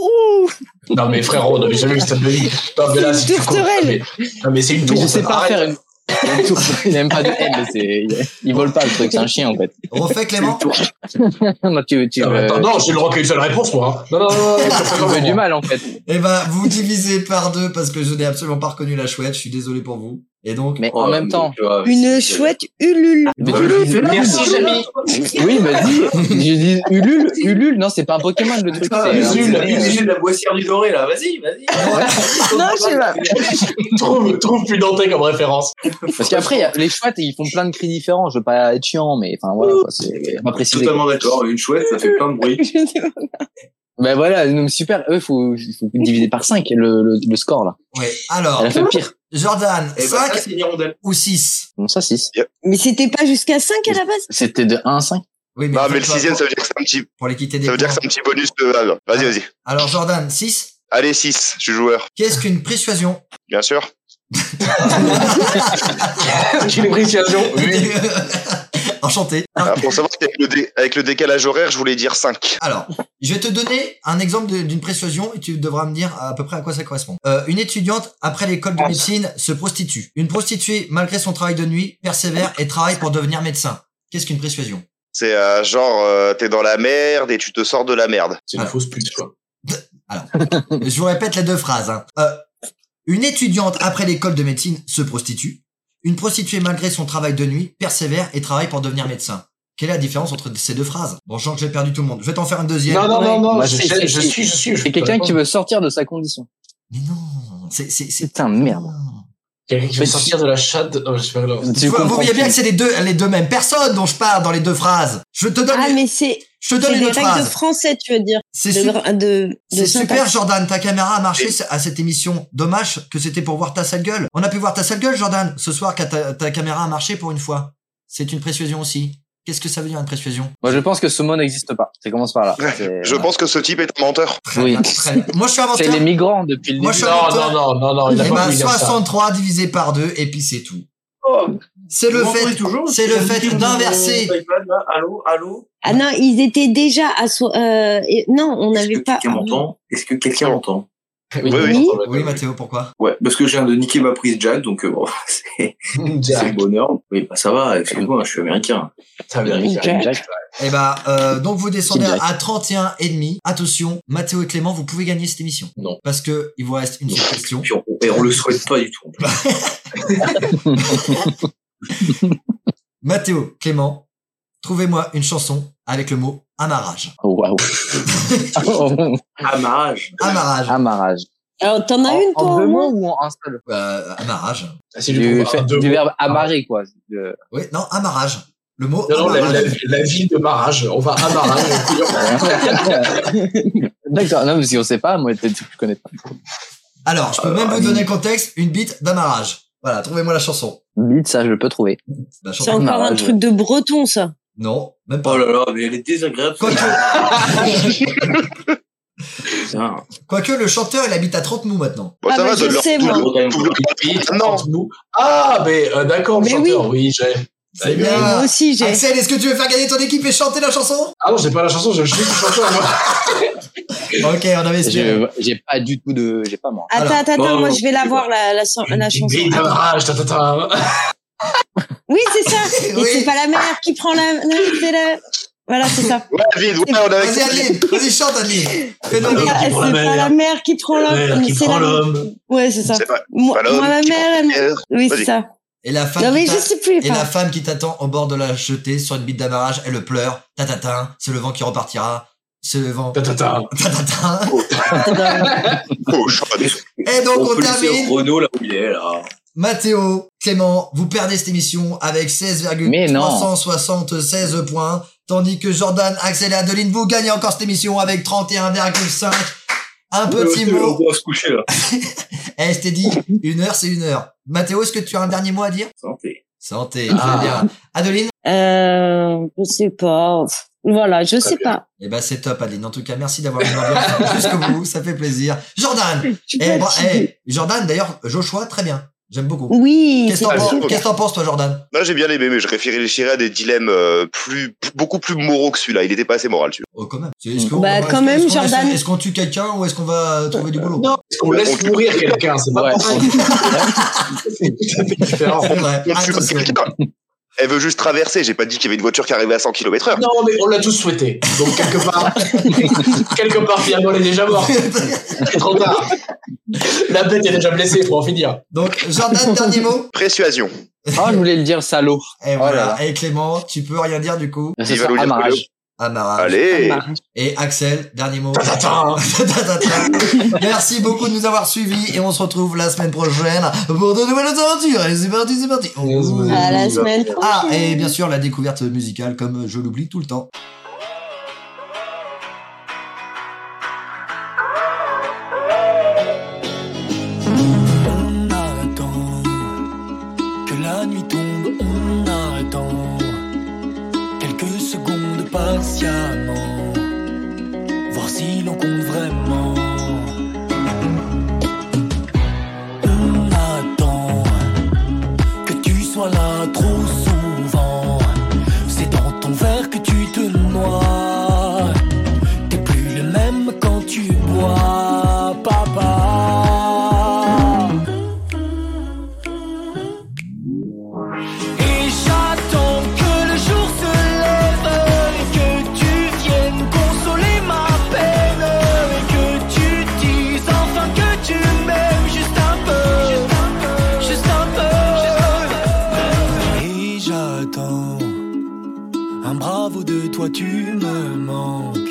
Speaker 4: Ouh.
Speaker 3: Non mais frérot, on n'avait jamais vu cette de vie. Non mais là,
Speaker 4: C'est
Speaker 3: si tu
Speaker 4: une
Speaker 3: cours- non, mais- Non mais c'est une
Speaker 6: Mais
Speaker 3: tour.
Speaker 6: je sais pas
Speaker 3: arrête.
Speaker 6: faire une. Il a une tour- il a même pas de haine, mais c'est, il- il vole pas le truc, c'est un chien en fait.
Speaker 2: Refais Clément.
Speaker 6: Non, tu, tu,
Speaker 3: Non, Ah, mais
Speaker 6: euh,
Speaker 3: attends, non, j'ai le droit qu'à une seule réponse, moi. hein. Non, non, non, non, non, ça fait
Speaker 6: tu
Speaker 3: pas
Speaker 6: me fais
Speaker 3: mal.
Speaker 6: du mal en fait.
Speaker 2: Eh ben, vous divisez par deux parce que je n'ai absolument pas reconnu la chouette. Je suis désolé pour vous. Et donc,
Speaker 5: Oh,
Speaker 6: Mais en même temps.
Speaker 5: tu vois,
Speaker 2: Ah,
Speaker 4: Une
Speaker 5: c'est-
Speaker 4: chouette ulule.
Speaker 6: Mais
Speaker 5: Bah,
Speaker 6: tu-
Speaker 5: le fais-le,
Speaker 6: merci,
Speaker 5: fais-le.
Speaker 6: Jamy. Oui, vas-y. Je dis Ulule, Ulule. Non, c'est pas un Pokémon le truc.
Speaker 5: Ah,
Speaker 6: c'est-
Speaker 5: mais
Speaker 3: Ulule,
Speaker 5: c'est
Speaker 3: Ulule.
Speaker 5: obligé de la boissière du doré, là. Vas-y, vas-y.
Speaker 4: Non, je sais pas.
Speaker 3: Trouve, trouve Pudanté comme référence.
Speaker 6: Parce qu'après, il y a- les chouettes, ils font plein de cris différents. Je veux pas être chiant, mais enfin voilà, quoi, c'est pas précisé.
Speaker 5: Totalement d'accord. Une chouette, ça fait plein de bruit.
Speaker 4: Je sais pas.
Speaker 6: Ben voilà, nous super. Eux, faut, faut diviser par 5 le, le, le score là.
Speaker 2: Ah, ouais. Alors,
Speaker 6: Elle a fait pire.
Speaker 2: Jordan,
Speaker 3: Eh ben,
Speaker 5: Et bah,
Speaker 2: 5
Speaker 5: ça, c'est une hirondelle.
Speaker 2: ou 6
Speaker 6: Bon, ça 6.
Speaker 4: Mais c'était pas jusqu'à 5 à la base
Speaker 6: C'était de 1 à 5.
Speaker 2: Oui, vous
Speaker 9: Non, Bah, mais le
Speaker 2: faites pas
Speaker 9: sixième,
Speaker 2: pour,
Speaker 9: ça veut dire que c'est un petit,
Speaker 2: pour les quitter des
Speaker 9: ça veut dire que
Speaker 2: points.
Speaker 9: c'est un petit bonus de base. Vas-y, vas-y.
Speaker 2: Alors, Jordan, 6
Speaker 9: Allez, six, je suis joueur.
Speaker 2: Qu'est-ce qu'une persuasion
Speaker 9: Bien sûr.
Speaker 3: Quelle appréciation. Oui.
Speaker 2: Enchanté.
Speaker 9: Ah, pour savoir qu'avec le, dé- avec le décalage horaire, je voulais dire 5.
Speaker 2: Alors, je vais te donner un exemple de- d'une persuasion et tu devras me dire à peu près à quoi ça correspond. Euh, une étudiante, après l'école de médecine, se prostitue. Une prostituée, malgré son travail de nuit, persévère et travaille pour devenir médecin. Qu'est-ce qu'une persuasion
Speaker 9: C'est euh, genre, euh, t'es dans la merde et tu te sors de la merde.
Speaker 3: C'est une
Speaker 2: Ah.
Speaker 3: fausse pute, quoi.
Speaker 2: Je vous répète les deux phrases. hein. Euh, une étudiante après l'école de médecine se prostitue. Une prostituée, malgré son travail de nuit, persévère et travaille pour devenir médecin. Quelle est la différence entre ces deux phrases Bon, je sens que j'ai perdu tout le monde. Je vais t'en faire une deuxième.
Speaker 3: Ah Non, non, non, non,
Speaker 6: Bah,
Speaker 3: je,
Speaker 6: c'est-
Speaker 3: sais,
Speaker 6: c'est-
Speaker 3: je
Speaker 6: c'est-
Speaker 3: suis, je suis. je
Speaker 6: C'est
Speaker 3: suis
Speaker 6: quelqu'un
Speaker 3: pas-
Speaker 6: qui veut sortir de sa condition.
Speaker 2: Mais non, c'est c'est c'est.
Speaker 6: Putain, merde.
Speaker 3: Quelqu'un qui veut
Speaker 6: Mais-
Speaker 3: sortir de la chatte. Non, je sais pas, non.
Speaker 6: Tu
Speaker 2: vous, vous
Speaker 6: comprends
Speaker 2: voyez bien
Speaker 6: plus.
Speaker 2: que c'est les deux les deux mêmes personnes dont je parle dans les deux phrases. Je te donne
Speaker 4: Ah,
Speaker 2: une-
Speaker 4: mais c'est
Speaker 2: je te donne
Speaker 4: c'est
Speaker 2: une
Speaker 4: des
Speaker 2: autre
Speaker 4: règles de
Speaker 2: phrase.
Speaker 4: français, tu veux dire.
Speaker 2: C'est
Speaker 4: De,
Speaker 2: su-
Speaker 4: gra- de, de
Speaker 2: c'est super
Speaker 4: syntaxe.
Speaker 2: Jordan, ta caméra a marché à cette émission. Dommage que c'était pour voir ta sale gueule. On a pu voir ta sale gueule Jordan ce soir quand ta, ta caméra a marché pour une fois. C'est une persuasion aussi. Qu'est-ce que ça veut dire une persuasion
Speaker 6: Moi, je pense que ce mot n'existe pas. Ça commence par là. C'est-
Speaker 9: Je pense que ce type est un menteur.
Speaker 6: Oui.
Speaker 2: Très bien. Moi je suis un
Speaker 6: C'est
Speaker 2: menteur.
Speaker 6: les migrants depuis le
Speaker 2: Moi,
Speaker 6: début.
Speaker 2: je suis
Speaker 3: Non,
Speaker 2: menteur.
Speaker 3: non, non, non, non,
Speaker 2: Eh
Speaker 3: il a pas
Speaker 2: ben,
Speaker 3: voulu dire ça.
Speaker 2: 63 divisé par 2 et puis c'est tout.
Speaker 5: Oh,
Speaker 2: C'est le
Speaker 5: vous m'entendez
Speaker 2: fait
Speaker 5: toujours
Speaker 2: c'est le fait d'inverser.
Speaker 5: Allô, allô
Speaker 4: Ah non, ils étaient déjà à so- euh, et- non, on
Speaker 5: Est-ce
Speaker 4: n'avait
Speaker 5: que
Speaker 4: pas.
Speaker 5: quelqu'un m'entend Est-ce que quelqu'un m'entend
Speaker 9: Oui, oui.
Speaker 2: Oui, Mathéo, pourquoi
Speaker 5: Ouais, parce que j'ai viens de niquer ma prise Jack, donc euh, bon, c'est c'est le
Speaker 3: Jack.
Speaker 5: bonheur. Oui, bah ça va, excuse-moi, je suis américain.
Speaker 3: Ça veut dire
Speaker 4: Jack.
Speaker 3: Jack.
Speaker 2: Eh bah, euh, donc vous descendez
Speaker 6: Jack.
Speaker 2: à 31 et demi. Attention, Mathéo et Clément, vous pouvez gagner cette émission.
Speaker 3: Non.
Speaker 2: Parce que il vous reste une seule question.
Speaker 5: Puis on, et on le souhaite pas du tout.
Speaker 2: Mathéo, Clément, trouvez-moi une chanson avec le mot amarrage.
Speaker 6: Oh, Waouh.
Speaker 5: Ah, Amarrage.
Speaker 2: Amarrage.
Speaker 6: Amarrage.
Speaker 4: Alors, t'en as une, toi,
Speaker 6: en
Speaker 4: au
Speaker 6: deux
Speaker 4: moins
Speaker 6: mots ou en un seul
Speaker 2: Euh, amarrage.
Speaker 3: Ah, si tu
Speaker 6: Du,
Speaker 3: trouves un,
Speaker 6: fait-
Speaker 3: deux
Speaker 6: du
Speaker 3: mots.
Speaker 6: verbe amarrer, quoi. De-
Speaker 2: Oui, non, amarrage. Le mot
Speaker 3: Non, non, la, la,
Speaker 2: amarrage.
Speaker 3: la ville de Marage. On va à Marage.
Speaker 6: D'accord, non, mais si on sait pas, moi, je je connais pas.
Speaker 2: Alors, je peux même vous donner le contexte, une bite d'amarrage. Voilà, trouvez-moi la chanson.
Speaker 6: Bide, ça, je le peux trouver.
Speaker 2: La
Speaker 4: C'est
Speaker 2: chanson.
Speaker 6: un-
Speaker 4: encore un
Speaker 6: Amarrage.
Speaker 4: truc de breton, ça.
Speaker 2: Non, même pas.
Speaker 5: Oh là là, mais elle est désagréable.
Speaker 2: Quoique,
Speaker 5: Putain.
Speaker 2: quoique le chanteur, il habite à 30 nous maintenant.
Speaker 9: Bon,
Speaker 4: Ah,
Speaker 9: ça
Speaker 4: bah,
Speaker 9: va,
Speaker 4: je
Speaker 9: donne-leur
Speaker 4: sais,
Speaker 9: tout
Speaker 4: moi.
Speaker 9: le- tout le- Non,
Speaker 3: nous. Ah, mais euh, d'accord, le
Speaker 4: Mais
Speaker 3: chanteur. Oui, j'ai.
Speaker 2: C'est
Speaker 3: Eh
Speaker 4: Mais
Speaker 2: bien.
Speaker 4: moi aussi, j'ai.
Speaker 2: Axel, est-ce que tu veux faire gagner ton équipe et chanter la chanson
Speaker 3: Ah non, j'ai pas la chanson, je suis le chanteur. Moi.
Speaker 2: Ok, on avait espéré.
Speaker 6: Je- J'ai pas du tout de. J'ai pas moi.
Speaker 4: Attends,
Speaker 2: Alors,
Speaker 4: attends, attends,
Speaker 5: oh,
Speaker 4: moi je vais la
Speaker 5: je
Speaker 4: voir, la, la, chan- la chanson.
Speaker 3: Ville de Marage. ta, ta, ta.
Speaker 4: Oui, c'est ça. Et
Speaker 2: Oui.
Speaker 4: c'est pas la mère qui prend la. la- c'est la- Voilà, c'est ça.
Speaker 9: ouais, David, ouais, on avait
Speaker 2: Vas-y, Adeline, vas-y, chante, Adeline. Fais-nous
Speaker 3: Ah,
Speaker 2: rire.
Speaker 4: Ah,
Speaker 3: qui
Speaker 4: c'est
Speaker 3: prend la
Speaker 4: pas
Speaker 3: mère.
Speaker 4: la mère qui prend
Speaker 3: La
Speaker 4: l'homme.
Speaker 3: mère qui
Speaker 4: C'est
Speaker 3: prend
Speaker 4: la...
Speaker 3: l'homme.
Speaker 4: Ouais, c'est ça.
Speaker 9: C'est pas-
Speaker 4: Moi,
Speaker 9: pas l'homme
Speaker 4: moi, la
Speaker 9: qui
Speaker 4: mère, elle...
Speaker 9: Pierre.
Speaker 4: Oui,
Speaker 9: Vas-y.
Speaker 4: c'est ça.
Speaker 2: Et la
Speaker 4: Non,
Speaker 2: femme
Speaker 4: mais
Speaker 2: qui
Speaker 4: je
Speaker 2: t'a-
Speaker 4: sais plus.
Speaker 2: et
Speaker 4: enfin.
Speaker 2: la femme qui t'attend au bord de la jetée sur une bite d'amarrage, elle le pleure. Tatatin, c'est le vent qui repartira. C'est le vent.
Speaker 3: Ta, ta, ta.
Speaker 2: Tatatin.
Speaker 9: Oh, Sean.
Speaker 2: Et donc
Speaker 5: on
Speaker 2: on
Speaker 5: peut laisser
Speaker 2: termine.
Speaker 5: Renault là où il est, là.
Speaker 2: Mathéo, Clément, vous perdez cette émission avec
Speaker 6: Mais non.
Speaker 2: 16,376 points, tandis que Jordan, Axel et Adeline, vous gagnez encore cette émission avec 31,5. Un petit mot.
Speaker 5: On va se coucher, là.
Speaker 2: Eh, je t'ai dit, une heure, c'est une heure. Mathéo, est-ce que tu as un dernier mot à dire
Speaker 5: Santé.
Speaker 2: Santé,
Speaker 3: Ah.
Speaker 2: très bien. Adeline
Speaker 4: Euh, je sais pas. Pff, Voilà, je sais pas.
Speaker 2: Eh ben, c'est top, Adeline. En tout cas, merci d'avoir une ambiance jusqu'au bout, ça fait plaisir. Jordan
Speaker 4: Je suis
Speaker 2: eh, bra-
Speaker 4: fatiguée.
Speaker 2: eh, Jordan, d'ailleurs, Joshua, très bien. J'aime beaucoup.
Speaker 4: Oui,
Speaker 2: Qu'est-ce
Speaker 4: c'est
Speaker 2: t'en
Speaker 3: pas
Speaker 2: penses-
Speaker 9: sûr.
Speaker 2: qu'est-ce t'en penses, toi, Jordan
Speaker 9: Non, j'ai bien aimé, mais je réfléchirais à des dilemmes euh, plus, beaucoup plus moraux que celui-là. Il était pas assez moral, celui-là.
Speaker 2: Oh, quand même. C'est- est-ce qu'on-
Speaker 4: Bah,
Speaker 2: est-ce
Speaker 4: quand
Speaker 2: qu'on-
Speaker 4: même,
Speaker 2: est-ce qu'on-
Speaker 4: Jordan.
Speaker 2: Est-ce qu'on tue quelqu'un ou est-ce qu'on va euh, trouver du boulot
Speaker 3: Non, parce qu'on laisse mourir quelqu'un, c'est pas
Speaker 6: Ouais.
Speaker 3: pareil. C'est tout à fait différent.
Speaker 2: Ah, C'est vrai.
Speaker 9: On tue pas
Speaker 2: Attention.
Speaker 9: quelqu'un. Ah, Elle veut juste traverser. J'ai pas dit qu'il y avait une voiture qui arrivait à 100 km heure.
Speaker 3: Non, mais on l'a tous souhaité. Donc, quelque part, quelque part, finalement, elle est déjà morte. C'est trop tard. La bête est déjà blessée, faut en finir.
Speaker 2: Donc, Jordan, dernier mot.
Speaker 9: Persuasion.
Speaker 6: Oh, je voulais le dire salaud.
Speaker 2: Et
Speaker 6: Oh
Speaker 2: voilà.
Speaker 6: là
Speaker 2: Et Clément, tu peux rien dire du coup.
Speaker 6: Ça
Speaker 9: Il va
Speaker 6: sera
Speaker 9: nous dire
Speaker 6: amarrage.
Speaker 2: Amara.
Speaker 9: Allez.
Speaker 2: Et Axel, dernier mot.
Speaker 3: Attends.
Speaker 2: Merci beaucoup de nous avoir suivis et on se retrouve la semaine prochaine pour de nouvelles aventures. Allez, c'est parti, c'est parti.
Speaker 3: Ouh.
Speaker 4: À la semaine prochaine.
Speaker 2: Ah, et bien sûr, la découverte musicale, comme je l'oublie tout le temps.
Speaker 8: En arrêtant que la nuit tombe, en arrêtant quelques secondes patiemment, voir si l'on compte vraiment. En arrêtant que tu sois là trop souvent, c'est dans ton verre que tu te noies. T'es plus le même quand tu bois, papa. Et j'attends que le jour se lève, et que tu viennes consoler ma peine, et que tu dises enfin que tu m'aimes juste un peu, juste un peu. Et j'attends un bravo de toi, tu me mens.